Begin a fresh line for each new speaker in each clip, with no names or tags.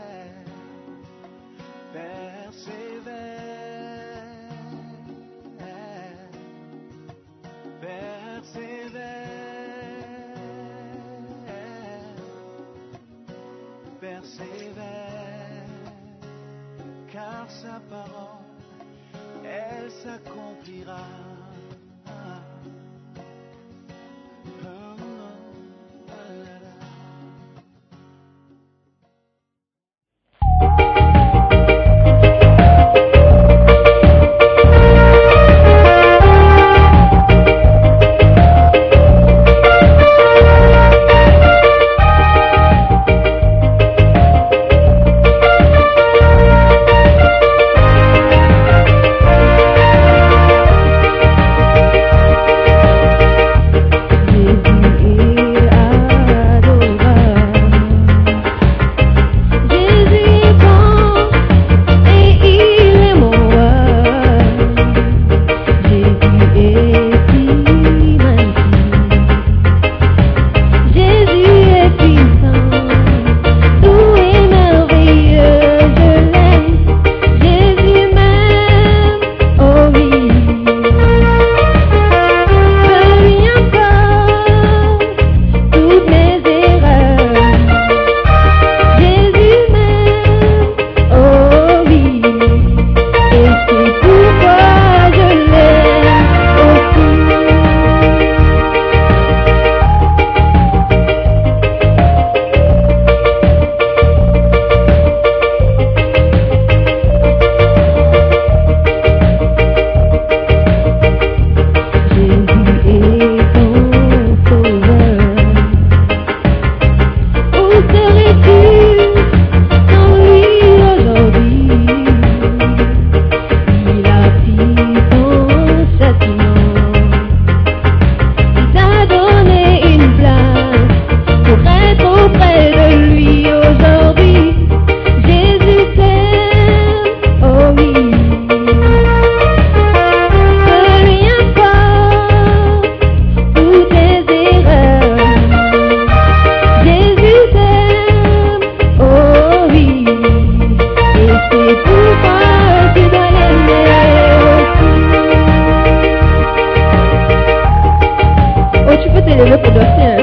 persévère, persévère, persévère, persévère, car sa parole, elle s'accomplira. Oh, oh, la, la.
Toutes mes erreurs, Jésus m'aime, oh oui, et c'est pourquoi je l'aime aussi. Jésus est ton sauveur. Où serais-tu sans lui aujourd'hui Il a pris ton châtiment. Il t'a donné une place pour être auprès de lui aujourd'hui. Jésus t'aime, oh oui. Seul et encore toutes les erreurs. Jésus t'aime, oh oui, et c'est pourquoi tu dois l'aimer aussi. Oh, tu peux t'élever pour danser,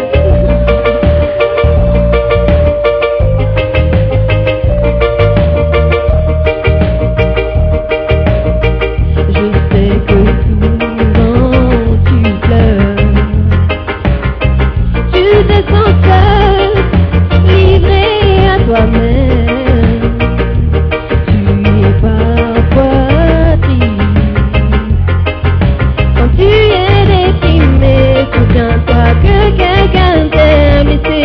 hein. Je sais que souvent tu pleures. Tu te sens seul, livré à toi-même. Tu es parfois triste. Quand tu es déprimé, souviens-toi que quelqu'un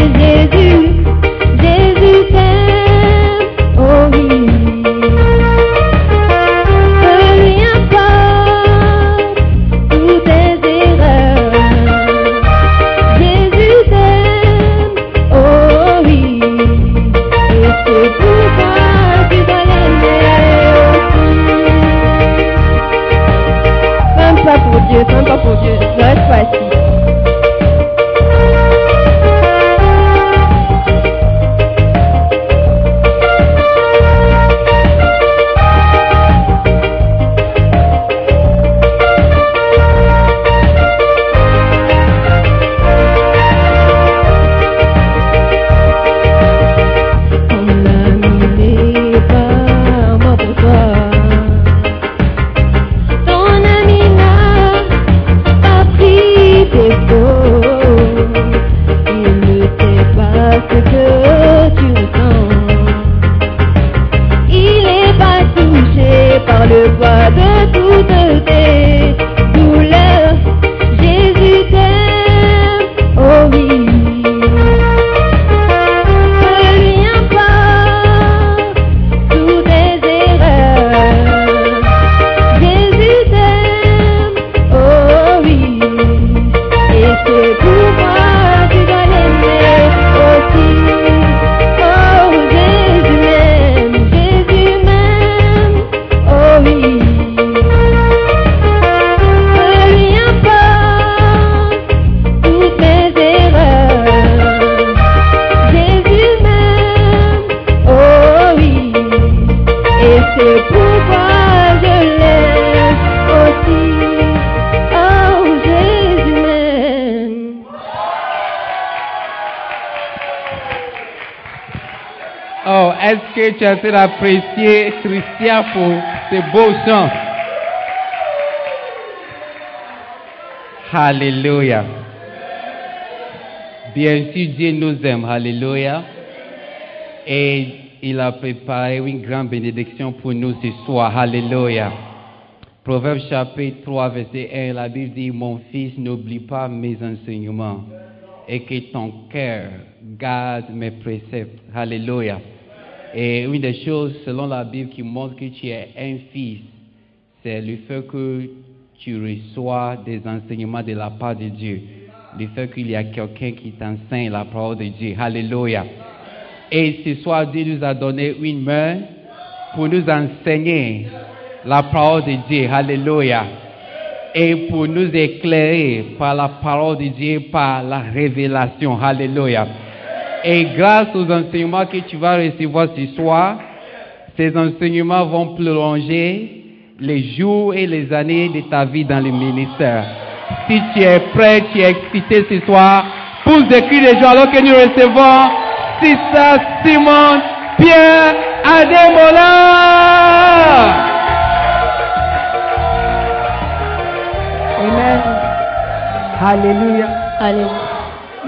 de pouvoir tu dois l'aimer
oh oh
aussi. Oh Jésus m'aime, Jésus m'aime, oh oui. Peu lui importe toutes mes erreurs. Jésus m'aime, oh oui, et c'est pourquoi je l'aime aussi. Oh Jésus m'aime.
Oh, est-ce que tu es en train d'apprécier Christian pour ce beau chant? Alléluia. Bien sûr, Dieu nous aime. Alléluia. Et il a préparé une grande bénédiction pour nous ce soir. Alléluia. Proverbe chapitre 3, verset 1, la Bible dit, Mon fils, n'oublie pas mes enseignements et que ton cœur garde mes préceptes. Alléluia. Et une des choses, selon la Bible, qui montre que tu es un fils, c'est le fait que tu reçois des enseignements de la part de Dieu. Le fait qu'il y a quelqu'un qui t'enseigne la parole de Dieu. Alléluia. Et ce soir, Dieu nous a donné une main pour nous enseigner la parole de Dieu. Alléluia. Et pour nous éclairer par la parole de Dieu, par la révélation. Alléluia. Et grâce aux enseignements que tu vas recevoir ce soir, ces enseignements vont prolonger les jours et les années de ta vie dans le ministère. Si tu es prêt, tu es excité ce soir, pousse des cris de joie alors que nous recevons Sissa Simon Pierre Ademola.
Amen. Hallelujah.
Allez,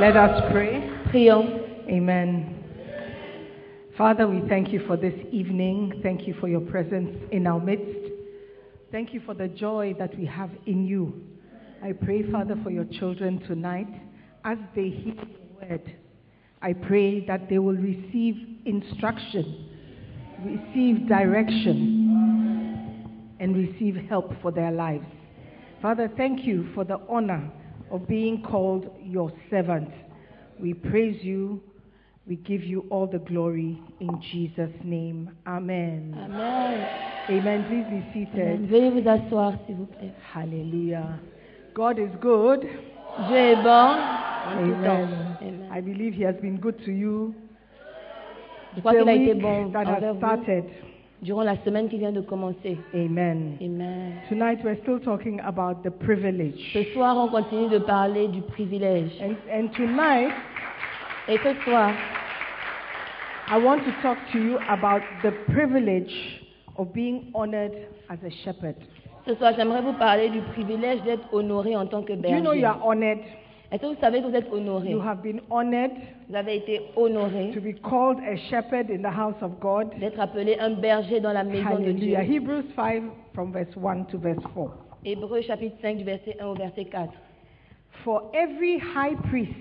Let us pray.
prions.
Amen. Father, we thank you for this evening. Thank you for your presence in our midst. Thank you for the joy that we have in you. I pray, Father, for your children tonight as they hear the word. I pray that they will receive instruction, receive direction, and receive help for their lives. Father, thank you for the honor of being called your servant. We praise you. We give you all the glory in Jesus' name. Amen.
Amen.
Amen. Please be seated.
Amen. Veuillez vous asseoir, s'il vous plaît.
Hallelujah. God is good.
Dieu est bon.
Amen.
Amen.
I believe He has been good to you.
Je crois qu'il a été
week
bon
that
envers
has
vous
started.
durant la semaine qui vient de commencer.
Amen.
Amen.
Tonight we're still talking about the
Ce
privilege.
soir, on continue de parler du privilège.
And, and tonight
Et ce soir,
I want to talk to you about the privilege of being honored as a shepherd.
ce soir, j'aimerais vous parler du privilège d'être honoré en tant que
Do you know you
berger.
are honored?
Est-ce que vous savez que vous êtes honoré
You have been honored
Vous avez été
to
honoré
be called a shepherd in the house of God.
d'être appelé un berger dans la maison de Dieu.
Hallelujah. Hebrews 5 from verse 1 to verse 4.
Hébreux chapitre 5 du verset 1 au verset 4.
For every high priest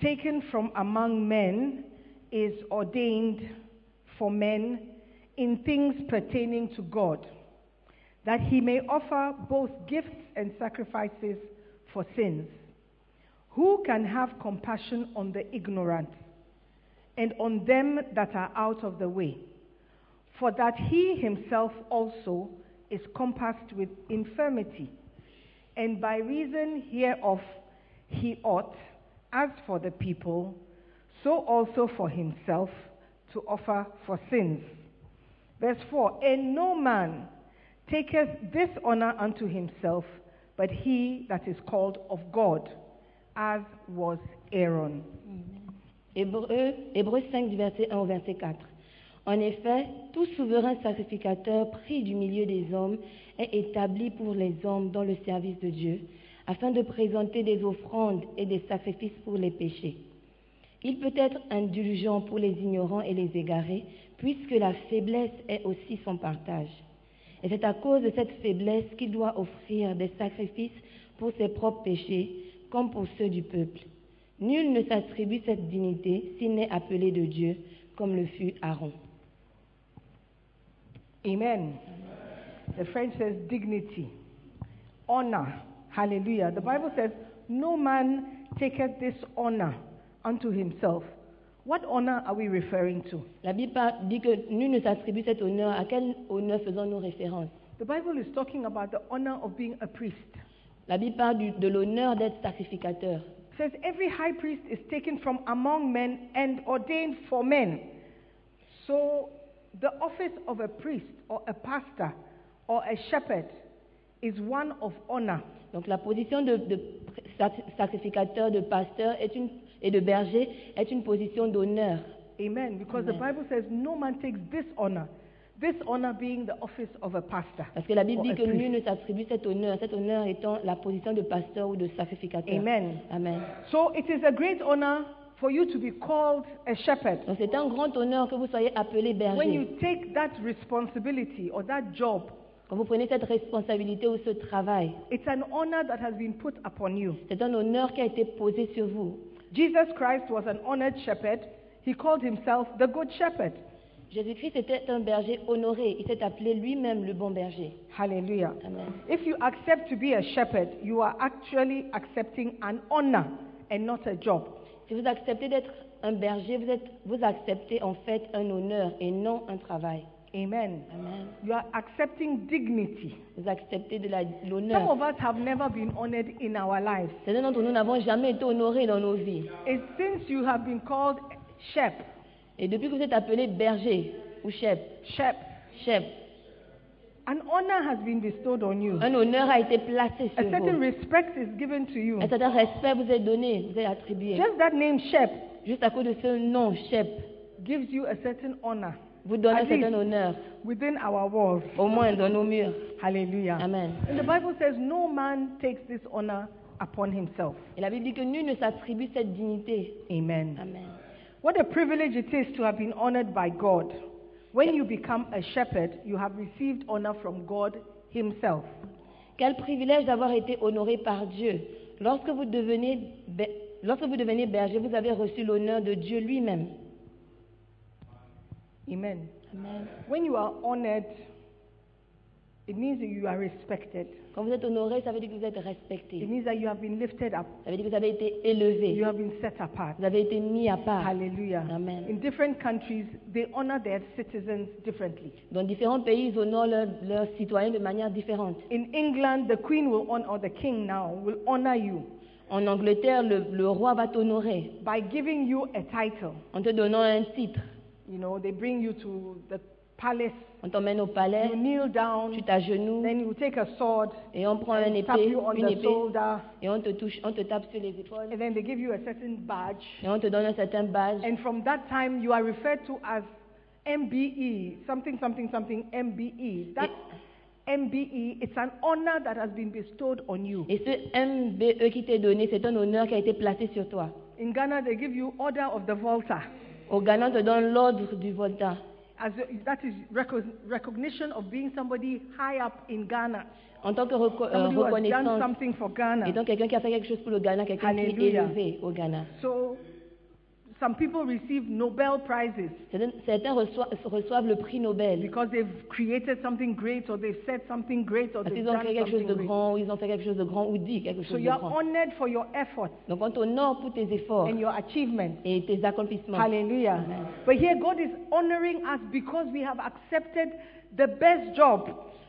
taken from among men is ordained for men in things pertaining to God, that he may offer both gifts and sacrifices for sins. Who can have compassion on the ignorant and on them that are out of the way? For that he himself also is compassed with infirmity and by reason hereof he ought, as for the people, so also for himself, to offer for sins. Verse 4 And no man taketh this honor unto himself, but he that is called of God, as was Aaron.
Hébreux, Hébreux 5 du verset 1 au verset 4. En effet, tout souverain sacrificateur pris du milieu des hommes est établi pour les hommes dans le service de Dieu, afin de présenter des offrandes et des sacrifices pour les péchés. Il peut être indulgent pour les ignorants et les égarés, puisque la faiblesse est aussi son partage. Et c'est à cause de cette faiblesse qu'il doit offrir des sacrifices pour ses propres péchés, comme pour ceux du peuple. Nul ne s'attribue cette dignité s'il n'est appelé de Dieu, comme le fut Aaron.
Amen. The French says dignity, honor. Hallelujah. The Bible says, No man taketh this honor unto himself. What honor are we referring to?
La Bible par- dit que nous nous attribuons cet honneur. À quel honneur faisons-nous référence
The Bible is talking about the honor of being a priest.
La Bible parle du- de l'honneur d'être sacrificateur.
It says every high priest is taken from among men and ordained for men. So the office of a priest or a pastor or a shepherd is one of honor.
Donc la position de, de sac- sacrificateur, de pasteur est une- et de berger est une position d'honneur.
Amen. Because the
Amen.
Bible says no man takes this honor. This honor being the office of a pastor.
Parce que la Bible
or
dit
a
que nul
priest.
ne s'attribue cet honneur, cet honneur étant la position de pasteur ou de sacrificateur.
Amen.
Amen.
So it is a great honor for you to be called a shepherd.
Donc c'est un grand honneur que vous soyez appelé berger.
When you take that responsibility or that job,
Quand vous prenez cette responsabilité ou ce travail,
it's an honor that has been put upon you.
c'est un honneur qui a été posé sur vous.
Jesus Christ was an honored shepherd. He called himself the good shepherd.
Jésus-Christ était un berger honoré. Il s'est appelé lui-même le bon berger.
Hallelujah.
Amen.
If you accept to be a shepherd, you are actually accepting an honor and not a job.
Si vous acceptez d'être un berger, vous, êtes- vous acceptez en fait un honneur et non un travail.
Amen.
Amen.
You are accepting dignity.
Vous acceptez de la- de
Some
l'honneur.
of us have never been honored in our lives.
Certains d'entre nous n'avons jamais été honorés dans nos vies.
It's since you have been called Shep,
Et depuis que vous êtes appelé berger ou chef,
Shep,
chef,
an honor has been bestowed on you.
un honneur a été placé
A
sur
certain
vous.
respect is given to you.
Un certain respect vous est donné, vous est attribué.
Just that name Shep
Juste à cause de ce nom, chef,
gives you a certain honor
vous donne un
At least.
certain honneur,
within our walls.
au moins dans nos murs.
Hallelujah.
Amen.
And the Bible says no man takes this honor upon himself.
Et la Bible dit que nul ne s'attribue cette dignité.
Amen.
Amen.
What a privilege it is to have been honored by God. When you become a shepherd, you have received honor from God Himself.
Quel privilège d'avoir été honoré par Dieu. Lorsque vous devenez, be- lorsque vous devenez berger, vous avez reçu l'honneur de Dieu lui-même.
Amen.
Amen.
When you are honored, it means that you are respected.
Quand vous êtes honoré, ça veut dire que vous êtes
It
respecté.
means that you have been lifted up.
Ça veut dire que vous avez été élevé.
You have been set apart.
Vous avez été mis à part.
Hallelujah.
Amen.
In different countries, they honor their citizens differently.
Dans différents pays, ils honorent leurs leurs citoyens de manière différente.
In England, the Queen will honor, or the King now will honor you
En Angleterre, le, le roi va t'honorer
by giving you a title.
en te donnant un titre.
You know, they bring you to the palace.
On t'emmène au palais,
You kneel
tu
down,
t'agenouilles
then you take a sword,
et on prend un
tap
épée,
you on
une
the
épée
shoulder,
et on te touche, on te tape sur les épaules
and then they give you a certain badge.
et on te donne un certain badge.
And from that time, you are referred to as MBE, something, something, something, MBE. That MBE, it's an honor that has been bestowed on you.
Et ce MBE qui t'est donné, c'est un honneur qui a été placé sur toi.
In Ghana, they give you Order of the Volta.
Au Ghana, on te donne l'ordre du Volta.
As a- that is reco- recognition of being somebody high up in Ghana.
En tant que reco- euh,
Somebody who has done
reconnaissance,
something for
étant
Ghana.
quelqu'un qui a fait quelque chose pour le Ghana, quelqu'un qui est
Alléluia.
élevé au Ghana.
So some people receive Nobel Prizes
Certains certains reçoivent, reçoivent le prix Nobel
because they've created something great or they've said something great or
parce
they've
qu'ils ont
done
fait quelque chose
something
de
great.
grand, ou ils ont fait quelque chose de grand, ou dit quelque
So
chose de
you are
grand.
honored for your efforts
Donc on t'honore pour tes efforts
and your achievements.
et tes accomplissements.
Hallelujah.
Amen.
But here God is honoring us because we have accepted the best job.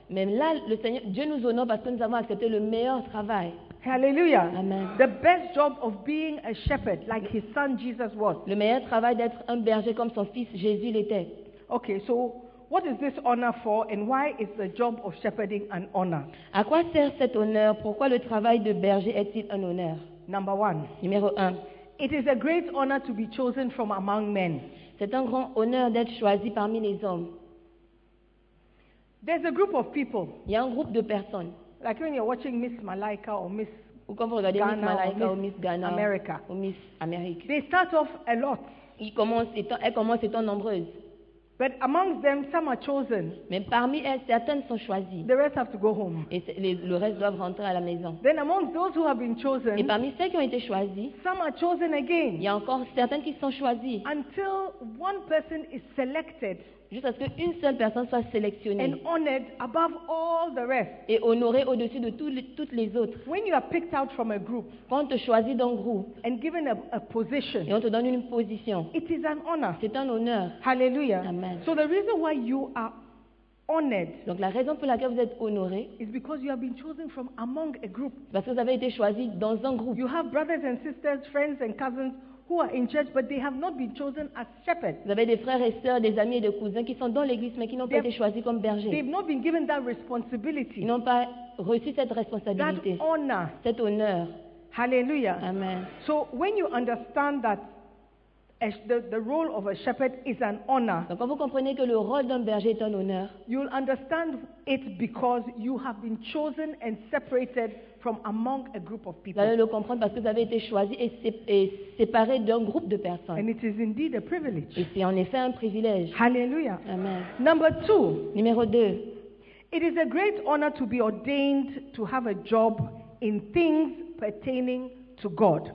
Mais là, le Seigneur, Dieu nous honore parce que nous avons accepté le meilleur travail,
Hallelujah.
Amen.
The best job of being a shepherd like his son Jesus was.
le meilleur travail d'être un berger comme son fils Jésus l'était.
Okay, so what is this honor for and why is the job of shepherding an honor?
À quoi sert cet honneur Pourquoi le travail de berger est-il un honneur
Number one,
Numéro 1.
it is a great honor to be chosen from among men.
C'est un grand honneur d'être choisi parmi les hommes.
There's a group of people,
Il y a un groupe de personnes.
like when you're watching Miss Malaika or Miss,
Ou quand vous regardez
Ghana
Miss Malaika
ou
ou
Miss
Miss Ghana
America.
ou Miss Amérique,
they start off a lot,
ils commencent étant, elles commencent étant nombreuses.
but amongst them, some are chosen,
Mais parmi elles, certaines sont choisies.
the rest have to go home.
Et c'est- les- le reste doivent rentrer à la maison.
Then, amongst those who have been
Et
chosen,
parmi celles qui ont été choisies,
some are chosen
il
again
y a encore certaines qui sont choisies.
until one person is selected
jusqu'à ce qu'une seule personne soit sélectionnée
and honored above all the rest.
et honorée au-dessus de tout le- toutes les autres.
When you are picked out from a group
Quand on te choisit d'un groupe
and given a, a
et
position,
on te donne une position,
it is an honor.
c'est un honneur.
Hallelujah.
Amen.
So the reason why you are honored
Donc la raison pour laquelle vous êtes honoré,
is because you have been chosen from among a group.
c'est parce que vous avez été choisi dans un groupe.
You have brothers and sisters, friends and cousins who are in church, but they have not been chosen as shepherds.
Vous avez des frères et sœurs, des amis et des cousins qui sont dans l'église mais qui n'ont pas
They've-
été choisis comme
They've
bergers.
not been given that responsibility,
Ils n'ont pas reçu cette
that
responsabilité,
honor.
cet honneur.
Hallelujah.
Amen.
So when you understand that a sh- the, the role of a shepherd is an honor,
Donc quand vous comprenez que le rôle d'un berger est un honneur,
you'll understand it because you have been chosen and separated from among a group of
vous allez
people.
le comprendre parce que vous avez été choisi et, sé- et séparé d'un groupe de personnes.
And it is indeed a privilege.
Et c'est en effet un privilège.
Hallelujah.
Amen.
Number two,
Numéro 2.
it is a great honor to be ordained to have a job in things pertaining to God.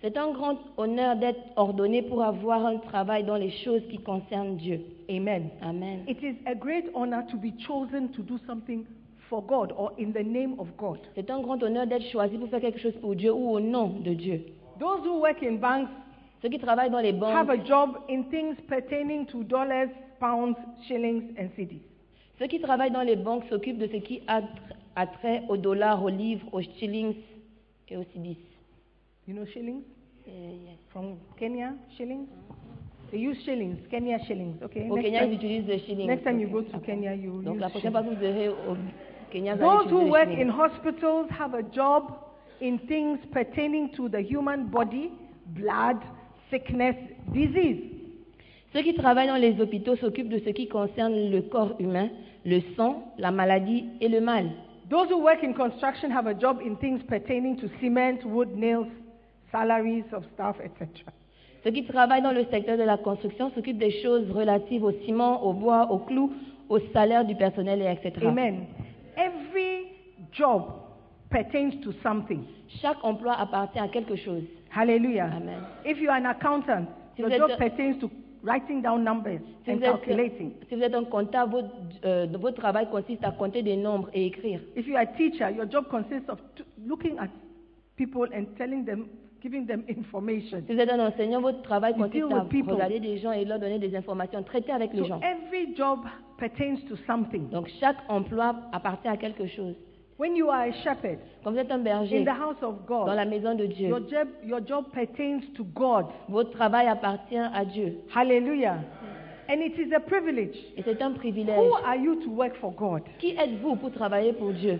C'est un grand honneur d'être ordonné pour avoir un travail dans les choses qui concernent Dieu.
Amen.
Amen.
It is a great honor to be chosen to do something for God or in the name of God.
C'est un grand honneur d'être choisi pour faire quelque chose pour Dieu ou au nom de Dieu.
Those who work in banks
Ceux qui travaillent dans les
have a
banques,
job in things pertaining to dollars, pounds, shillings, and cities.
ceux qui travaillent dans les banques s'occupent de ce qui a tr- a trait au dollar, au livre, aux shillings et aux cedis.
You know shillings from Kenya? Shillings? They use shillings, Kenya shillings. Okay.
Au
next
Oh, Kenya,
time-
ils utilisent des shillings.
Next time you
Ok,
go to
d'accord.
Kenya, you
Donc
use
la prochaine fois que vous irez au Kenya, vous allez
Those
utiliser
who
les
work
shillings.
in hospitals have a job in things pertaining to the human body, blood, sickness, disease.
Ceux qui travaillent dans les hôpitaux s'occupent de ce qui concerne le corps humain, le sang, la maladie et le mal.
Those who work in construction have a job in things pertaining to cement, wood, nails, salaries of staff, etc.
Ceux qui travaillent dans le secteur de la construction s'occupent des choses relatives au ciment, au bois, au clou, au salaire du personnel, et etc.
Amen. Every job pertains to something.
Chaque emploi appartient à quelque chose.
Hallelujah.
Amen.
If you are an accountant,
Si
your
vous êtes-
job pertains to writing down numbers
Si
and
vous êtes,
calculating.
si vous êtes un comptable, votre, euh, votre travail consiste à compter des nombres et écrire.
If you are a teacher, your job consists of t- looking at people and telling them, giving them information.
Si vous êtes un enseignant, votre travail
You deal
consiste
with
à
people.
regarder des gens et leur donner des informations, traiter avec les
So
gens.
every job pertains to something.
Donc chaque emploi appartient à quelque chose.
When you are a shepherd
Quand vous êtes un
in
berger
the house of
dans la
God,
maison de
your
Dieu,
job, your job pertains to God.
votre travail appartient à Dieu.
Hallelujah. And it is a privilege.
Et c'est un privilège.
Who are you to work for God?
Qui êtes-vous pour travailler pour Dieu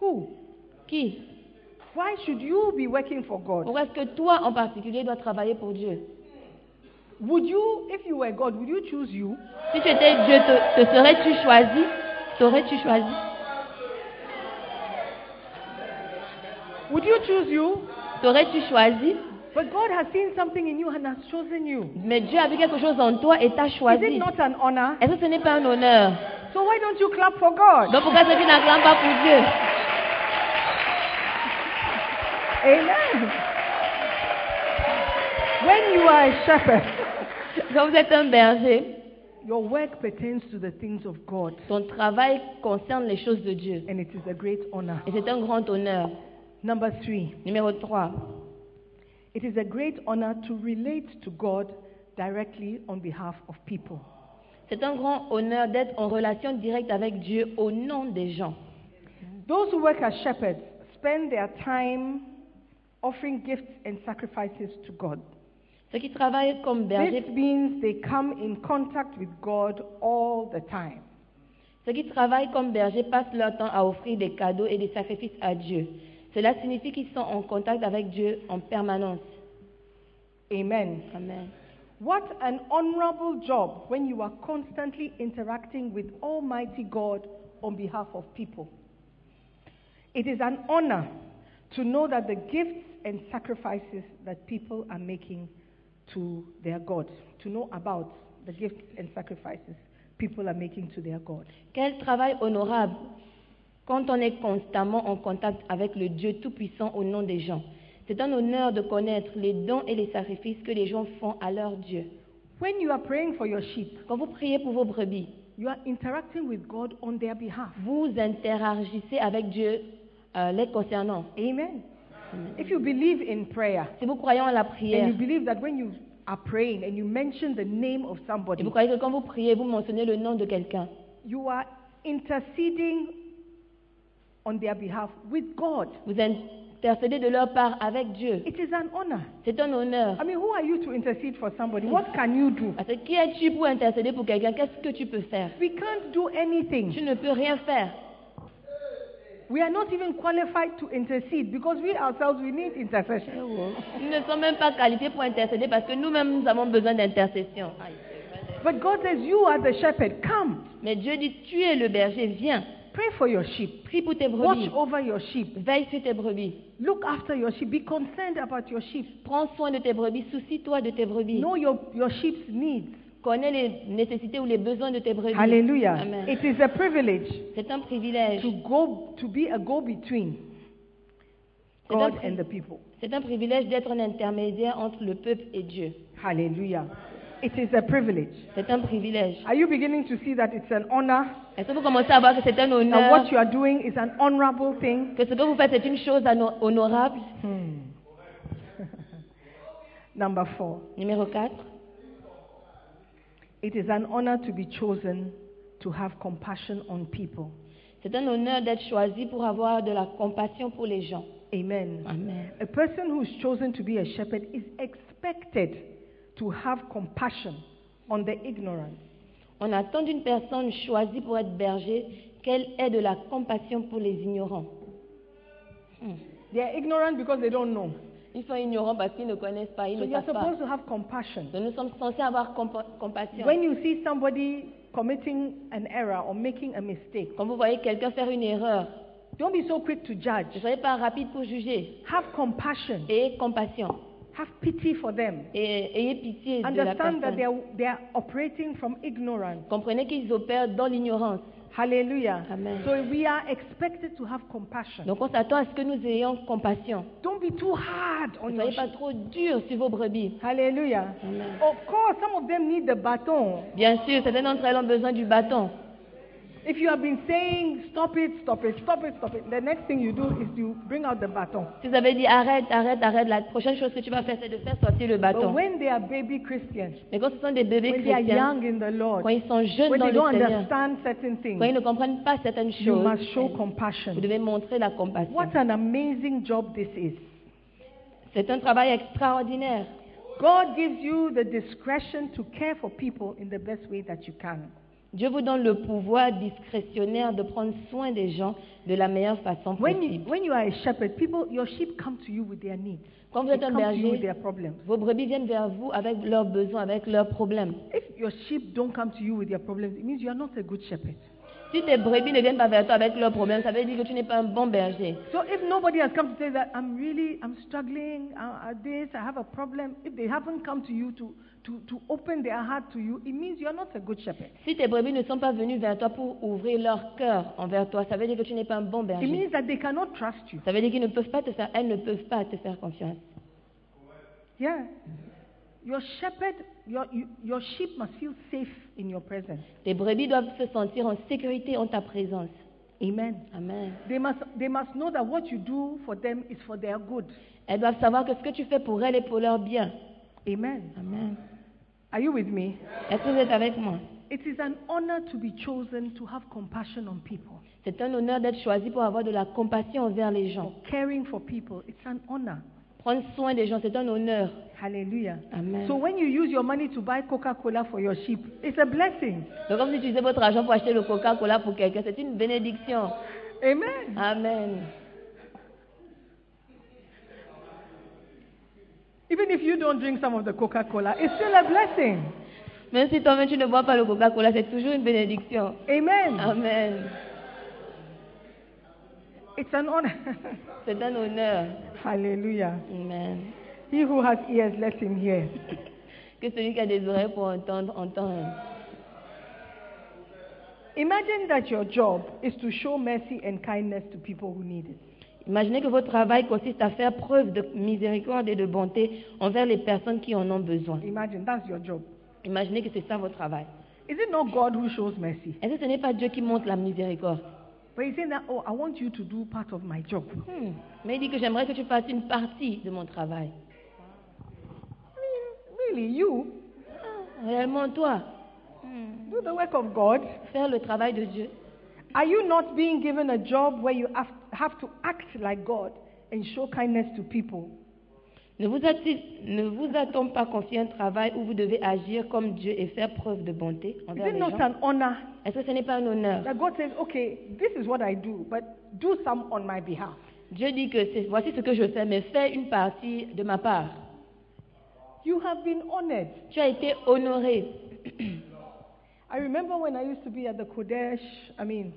Who?
Qui
Why should you be working for God?
Pourquoi est-ce que toi en particulier dois travailler pour Dieu
Would you, if you were God, would you choose you?
Si tu étais Dieu, te, te serais-tu choisi T'aurais-tu choisi
Would you choose you?
T'aurais-tu choisi
But God has seen something in you and has chosen you.
Mais Dieu a vu quelque chose en toi et t'a
Is
choisi.
it not an honor?
Est-ce que ce n'est pas un honneur
So why don't you clap for God?
Donc pourquoi est-ce que tu n'acclames pas pour Dieu
Amen. When you are a shepherd,
Quand vous êtes un berger,
your work pertains to the things of God,
ton travail concerne les choses de Dieu.
and it is a great honor.
Et c'est un grand honneur.
Number three,
Numéro 3.
it is a great honor to relate to God directly on behalf of people.
C'est un grand honneur d'être en relation directe avec Dieu au nom des gens.
Those who work as shepherds spend their time offering gifts and sacrifices to God.
Ceux qui travaillent comme
This
bergers,
means they come in contact with God all the time.
ceux qui travaillent comme bergers passent leur temps à offrir des cadeaux et des sacrifices à Dieu. Cela signifie qu'ils sont en contact avec Dieu en permanence.
Amen.
Amen.
What an honorable job when you are constantly interacting with Almighty God on behalf of people. It is an honor to know that the gifts and sacrifices that people are making to their God, to know about the gifts and sacrifices people are making to their God.
Quel travail honorable quand on est constamment en contact avec le Dieu Tout-Puissant au nom des gens. C'est un honneur de connaître les dons et les sacrifices que les gens font à leur Dieu.
When you are praying for your sheep,
Quand vous priez pour vos brebis,
you are interacting with God on their behalf.
vous interagissez avec Dieu euh, les concernant.
Amen. If you believe in prayer,
Si vous croyez en la
and
prière,
you believe that when you are praying and you mention the name of
et
somebody,
vous croyez que quand vous priez, vous mentionnez le nom de quelqu'un,
you are interceding on their behalf with God.
vous intercédez de leur part avec Dieu.
It is an honor.
C'est un honneur.
I mean, who are you to intercede for somebody? What can you do?
Parce que qui es-tu pour intercéder pour quelqu'un Qu'est-ce que tu peux faire
We can't do
Tu
anything.
ne peux rien faire.
We are not even qualified to intercede because we ourselves we need intercession.
Nous ne sommes même pas qualifiés pour intercéder parce que nous-mêmes, nous avons besoin d'intercession.
But God says, You are the shepherd. Come,
Mais Dieu dit, tu es le berger, viens,
pray for your sheep.
prie pour tes
Watch
brebis,
over your sheep.
veille sur tes brebis,
Look after your sheep. Be concerned about your sheep.
prends soin de tes brebis, soucie-toi de tes brebis,
Know your, your sheep's needs.
connais les nécessités ou les besoins de tes brebis.
Hallelujah.
Amen.
It is a privilege
C'est un privilège.
to go to be a go between
C'est un,
God
pri-
and the people.
c'est un privilège d'être un intermédiaire entre le peuple et Dieu.
Hallelujah. It is a privilege.
C'est un privilège.
Are you beginning to see that it's an honor?
Est-ce que vous commencez à voir que c'est un
And
honneur,
what you are doing is an honorable thing?
que ce que vous faites est une chose ano- honorable
Number four,
Numéro 4,
it is an honor to be chosen to have compassion on people.
c'est un honneur d'être choisi pour avoir de la compassion pour les gens.
Amen.
Amen.
A person who is chosen to be a shepherd is expected to have compassion on the ignorant.
On attend d'une personne choisie pour être berger qu'elle ait de la compassion pour les ignorants.
They are ignorant because they don't know.
Ils sont ignorants parce qu'ils ne connaissent pas, ils
So
ne
you are
savent pas.
supposed to have compassion.
Donc nous sommes censés avoir compa- compassion.
When you see somebody committing an error or making a mistake,
Quand vous voyez quelqu'un faire une erreur,
don't be so quick to judge.
ne soyez pas rapide pour juger.
Have compassion.
Ayez compassion
Have pity for them.
et ayez pitié de la
Understand that they
personne.
are, they are operating from ignorance.
Comprenez qu'ils opèrent dans l'ignorance.
Hallelujah.
Amen.
So we are expected to have compassion.
Donc on s'attend à ce que nous ayons compassion.
Don't be too hard on
Ne
your
soyez pas
sheep.
trop dur sur vos brebis.
Hallelujah.
Amen.
Of course, some of them need the baton.
Bien sûr, certaines d'entre elles ont besoin du bâton.
If you have been saying, stop it, stop it, stop it, stop it, the next thing you do is you bring out the baton.
Si vous avez dit arrête, arrête, arrête, la prochaine chose que tu vas faire, c'est de faire sortir le
But
bâton.
when they are baby Christians,
Mais quand ce sont des bébés
when they are
chrétiens,
young in the
quand
Lord,
ils sont jeunes
when
dans
they
le
don't
Seigneur,
understand certain
quand ils
things,
ne comprennent pas certaines
you
choses,
must show
vous
compassion.
devez montrer la compassion.
What an amazing job this is.
C'est un travail extraordinaire.
God gives you the discretion to care for people in the best way that you can.
Dieu vous donne le pouvoir discrétionnaire de prendre soin des gens de la meilleure façon
When you,
possible.
when you are a shepherd, people, your sheep come to you with their needs.
Quand vous
They
êtes un
come to you with their
berger,
problems.
vos brebis viennent vers vous avec leurs besoins, avec leurs problèmes.
If your sheep don't come to you with their problems, it means you are not a good shepherd.
Si tes brebis ne viennent pas vers toi avec leurs problèmes, ça veut dire que tu n'es pas un bon berger.
So if nobody has come to say that I'm really I'm struggling, uh, uh, this I have a problem, if they haven't come to you to, to, to open their heart to you, it means you are not a good shepherd.
Si tes brebis ne sont pas venues vers toi pour ouvrir leur cœur envers toi, ça veut dire que tu n'es pas un bon
It
berger.
means that they cannot trust you.
Ça veut dire qu'ils ne peuvent pas te faire, elles ne peuvent pas te faire confiance.
Yeah. Your shepherd, your, you, your sheep must feel safe in your presence.
Tes brebis doivent se sentir en sécurité en ta présence.
Amen.
Amen.
They must, they must know that what you do for them is for their good.
Elles doivent savoir que ce que tu fais pour elles est pour leur bien.
Amen.
Amen.
Are you with me?
Est-ce que vous êtes avec moi
It is an honor to be chosen to have compassion on people.
C'est un honneur d'être choisi pour avoir de la compassion envers les gens.
Caring for people, it's an honor.
Prendre soin des gens, c'est un honneur.
Hallelujah.
Amen.
So when you use your money to buy Coca-Cola for your sheep, it's a blessing.
Donc quand vous utilisez votre argent pour acheter le Coca-Cola pour quelqu'un, c'est une bénédiction.
Amen.
Amen.
Even if you don't drink some of the Coca-Cola, it's still a blessing.
Même si toi-même tu ne bois pas le Coca-Cola, c'est toujours une bénédiction. Um,
Amen.
Amen.
It's an honor.
C'est un honneur.
Hallelujah.
Amen.
He who has ears, let him hear.
Que celui qui a des oreilles pour entendre, entende.
Imagine that your job is to show mercy and kindness to people who need it.
Imaginez que votre travail consiste à faire preuve de miséricorde et de bonté envers les personnes qui en ont besoin.
Imagine that's your job.
Imaginez que c'est ça votre travail.
Is it not God who shows mercy?
Est-ce que ce n'est pas Dieu qui montre la miséricorde
But he's saying that, oh, I want you to do part of my job.
Hmm. Mais il dit que j'aimerais que tu fasses une partie de mon travail.
Really, you
Réellement, toi,
do the work of God.
faire le travail de Dieu.
Are you not being given a job where you have, have to act like God and show kindness to people?
Ne vous, atti- ne vous a-t-on pas confié un travail où vous devez agir comme Dieu et faire preuve de bonté
Is
envers
it
les
not
gens
an honor
Est-ce que ce n'est pas un honneur
that God says, okay, this is what I do, but do some on my behalf?
Dieu dit que c'est- voici ce que je fais, mais fais une partie de ma part.
You have been honored.
Tu as été honoré.
I remember when I used to be at the Kodesh, I mean,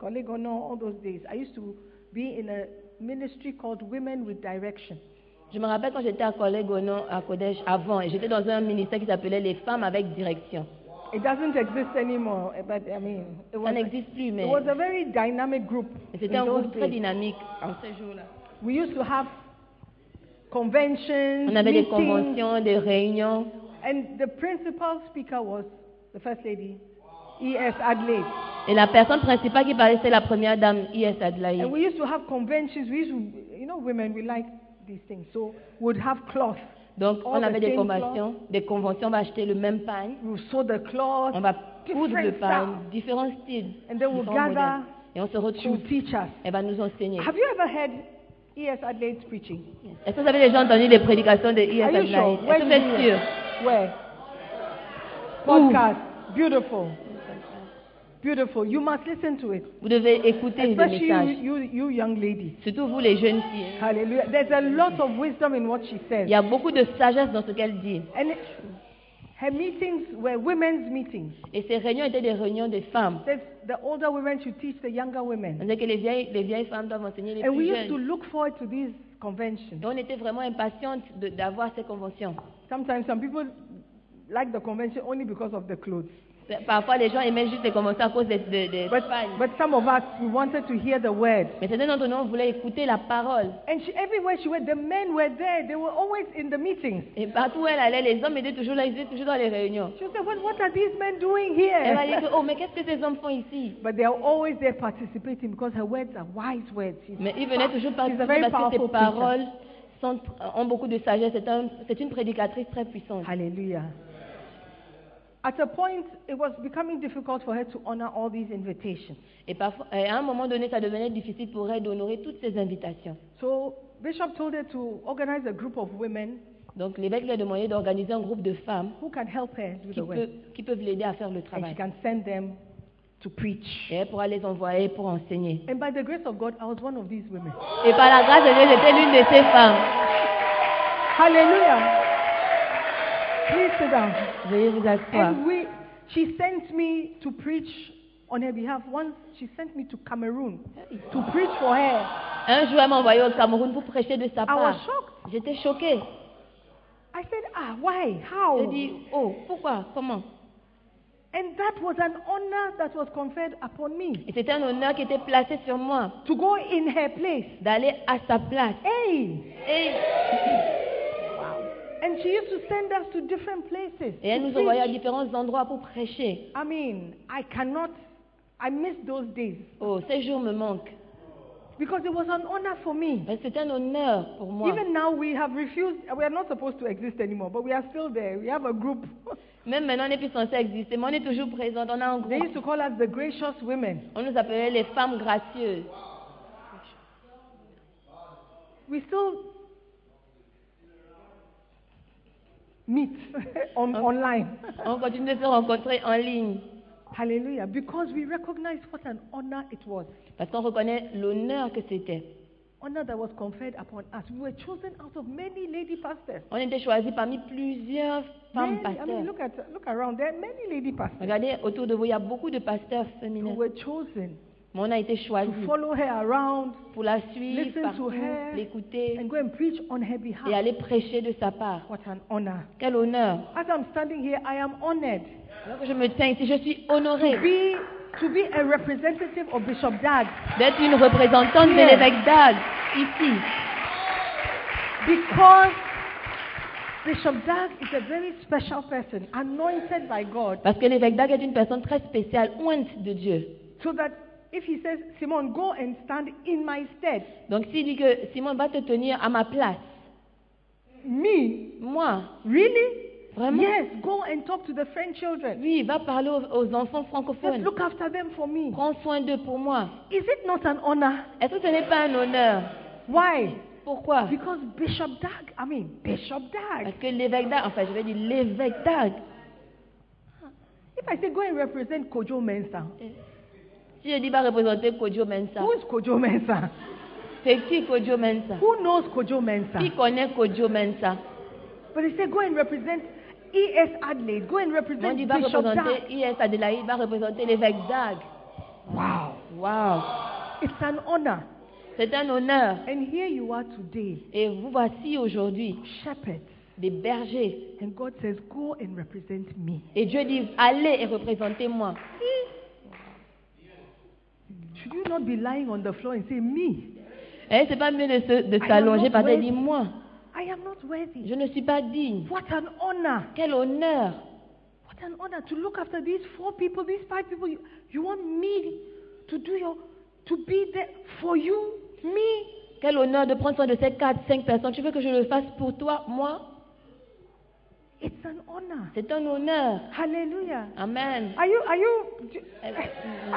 Kolegono, all those days, I used to be in a ministry called Women with Direction.
Je me rappelle quand j'étais à collègue au nom à Kodesh avant, et j'étais dans un ministère qui s'appelait les femmes avec direction.
It doesn't exist anymore, eh, but I mean, it
Ça
was,
n'existe plus,
it
mais
was a very dynamic group. in
c'était un
those
groupe très
days.
dynamique en ces jours-là.
We used to have conventions,
On avait des
meetings,
conventions, des réunions.
and the principal speaker was the First Lady, E.S. Adelaide.
Et la personne principale qui parlait, c'est la première dame, I.S. Adelaide.
And we used to have conventions. We used to, you know, women, we like these things. So we'd have cloth.
Donc,
All
on
the
avait des
same
conventions, des conventions, on va acheter le même pagne,
We would sew the cloth.
on va coudre
different
le pagne,
stuff.
différents styles,
And then we'll
différents
gather.
modèles. Et on se
She
retrouve,
would teach us.
elle va nous enseigner.
Have you ever heard E.S. Adelaide's preaching?
Est-ce que vous avez déjà entendu les prédications de I.S.
Are you
Adelaide
sure?
Est-ce que vous
did you
êtes
hear
sûr
it? Where? Podcast. Beautiful. Beautiful. You must listen to it.
Vous devez écouter le
Especially you,
message,
you, you young ladies.
surtout vous les jeunes filles.
Hallelujah. There's a lot of wisdom in what she says.
Il y a beaucoup de sagesse dans ce qu'elle dit.
And it- her meetings were women's meetings.
Et ces réunions étaient des réunions des femmes.
There's, the older women should teach the younger
On
women.
disait que les vieilles, les vieilles femmes doivent enseigner les
And we
plus
used to
jeunes.
look forward to these conventions.
Et on était vraiment impatientes de- d'avoir ces conventions.
Sometimes some people like the convention only because of the clothes.
Parfois, les gens aimaient juste les conventions à cause des, des, des
But,
pagnes.
but some of us, we wanted to hear the word.
Mais certains d'entre nous, on voulait écouter la parole.
And she, everywhere she went, the men were there. They were always in the meetings.
Et partout où elle allait, les hommes étaient toujours là, ils étaient toujours dans les réunions.
She said, well, what are these men doing
Elle va dire
here?
que, oh, mais qu'est-ce que ces hommes font ici
But they are always there participating because her words are wise words. She's,
Mais ils venaient toujours
she's
participer
a very
parce que
powerful
ces
preacher.
paroles sont- ont beaucoup de sagesse. C'est un- c'est une prédicatrice très puissante.
Hallelujah. At a point, it was becoming difficult for her to honor all these invitations.
Et parfois, et à un moment donné, ça devenait difficile pour elle d'honorer toutes ces invitations.
So Bishop told her to organize a group of women
Donc l'évêque lui a demandé d'organiser un groupe de femmes
who can help her do
qui,
the work.
peut- qui peuvent l'aider à faire le
And she
travail.
can send them to preach.
Et elle pourra les envoyer pour enseigner.
And by the grace of God, I was one of these women.
Et par la grâce de Dieu, j'étais l'une de ces femmes.
Hallelujah. Please sit down.
Veuillez vous asseoir.
And we, she sent me to preach on her behalf. Once she sent me to Cameroon to preach for her.
Un jour, elle m'a envoyé au Cameroun pour prêcher de sa
I was
part.
shocked.
J'étais choquée.
I said, ah, why?
J'ai
How?
dit, oh, pourquoi Comment
And that was an honor that was conferred upon me
Et c'était un honneur qui était placé sur moi
to go in her place.
d'aller à sa place.
Hey!
Et,
And she used to send us to different places.
et elle
to
nous envoyait à
preach.
différents endroits pour prêcher.
I mean, I cannot, I miss those days
Oh, ces jours me manquent.
because it was an honor for me.
Mais c'est un honneur pour moi.
Even now, we have refused, we are not supposed to exist anymore, but we are still there. We have a group.
Même maintenant, on n'est plus censé exister, mais on est toujours présente. On a un
They used
groupe.
to call us the gracious women.
On nous appelait les femmes gracieuses.
We still meet on, online.
On continue de se rencontrer en ligne
Hallelujah. Because we recognize what an honor it was.
parce qu'on reconnaît l'honneur que c'était.
Honor that was conferred upon us. We were chosen out of many lady pastors.
On était choisis parmi plusieurs femmes
Many- I mean,
pasteurs.
look, at, look around. There are many lady pastors
Regardez autour de vous, il y a beaucoup de pasteurs
who
féminins.
were chosen
Mais on a été
to
choisis
follow her around
pour la suivre,
Listen to
partout,
her.
l'écouter
and go and preach on her
et
behalf.
aller prêcher de sa part.
What an honor.
Quel honneur.
As I'm standing here, I am honored
Alors que je me tiens ici, je suis
to
honorée
be, to be a representative of Bishop Dad.
d'être une représentante de
Yes.
l'évêque d'Ad ici.
Because Bishop Doug is a very special person, anointed by God,
Parce que l'évêque Dag est une personne très spéciale, ointe de Dieu.
so that if he says, Simon, go and stand in my stead,
Donc s'il dit que Simon va te tenir à ma place,
me,
moi,
really?
Vraiment?
Yes, go and talk to the French children.
lui, il va parler aux, aux enfants
Just
francophones.
look after them for me.
Prends soin d'eux pour moi.
Is it not an honor?
Est-ce que ce n'est pas un honneur
Why?
Pourquoi
Because Bishop Doug, I mean, Bishop Doug.
Parce que l'évêque Dag, enfin je vais dire l'évêque Dag,
If I say go and represent Kojo Mensah,
si je dis va représenter Kojo Mensa,
who is Kojo Mensah?
c'est qui Kojo Mensa
Who knows Kojo
Qui
Mensah?
connaît Kojo Mensa
But they say go and represent E.S. Adelaide, go and
On
represent
dit va
Bishop Doug.
représenter IS Adelaide, va représenter l'évêque Dag.
Wow,
Wow
it's an honor.
C'est un honneur.
And here you are today,
Et vous voici aujourd'hui,
shepherds.
des bergers.
And God says, go and represent me.
Et Dieu dit, allez et représentez-moi.
Should you not be lying on the floor and say, me?
Eh, c'est pas mieux de se- de
I
s'allonger
am not
par terre.
worthy.
Dis moi,
I am not worthy.
je ne suis pas digne.
What an honor.
Quel honneur
What an honor to look after these four people, these five people. You, you want me to do your, to be there for you, me?
Quel honneur de prendre soin de ces quatre, cinq personnes. Tu veux que je le fasse pour toi, moi
It's an honor.
C'est un honneur.
Hallelujah.
Amen.
Are you, are you, do- I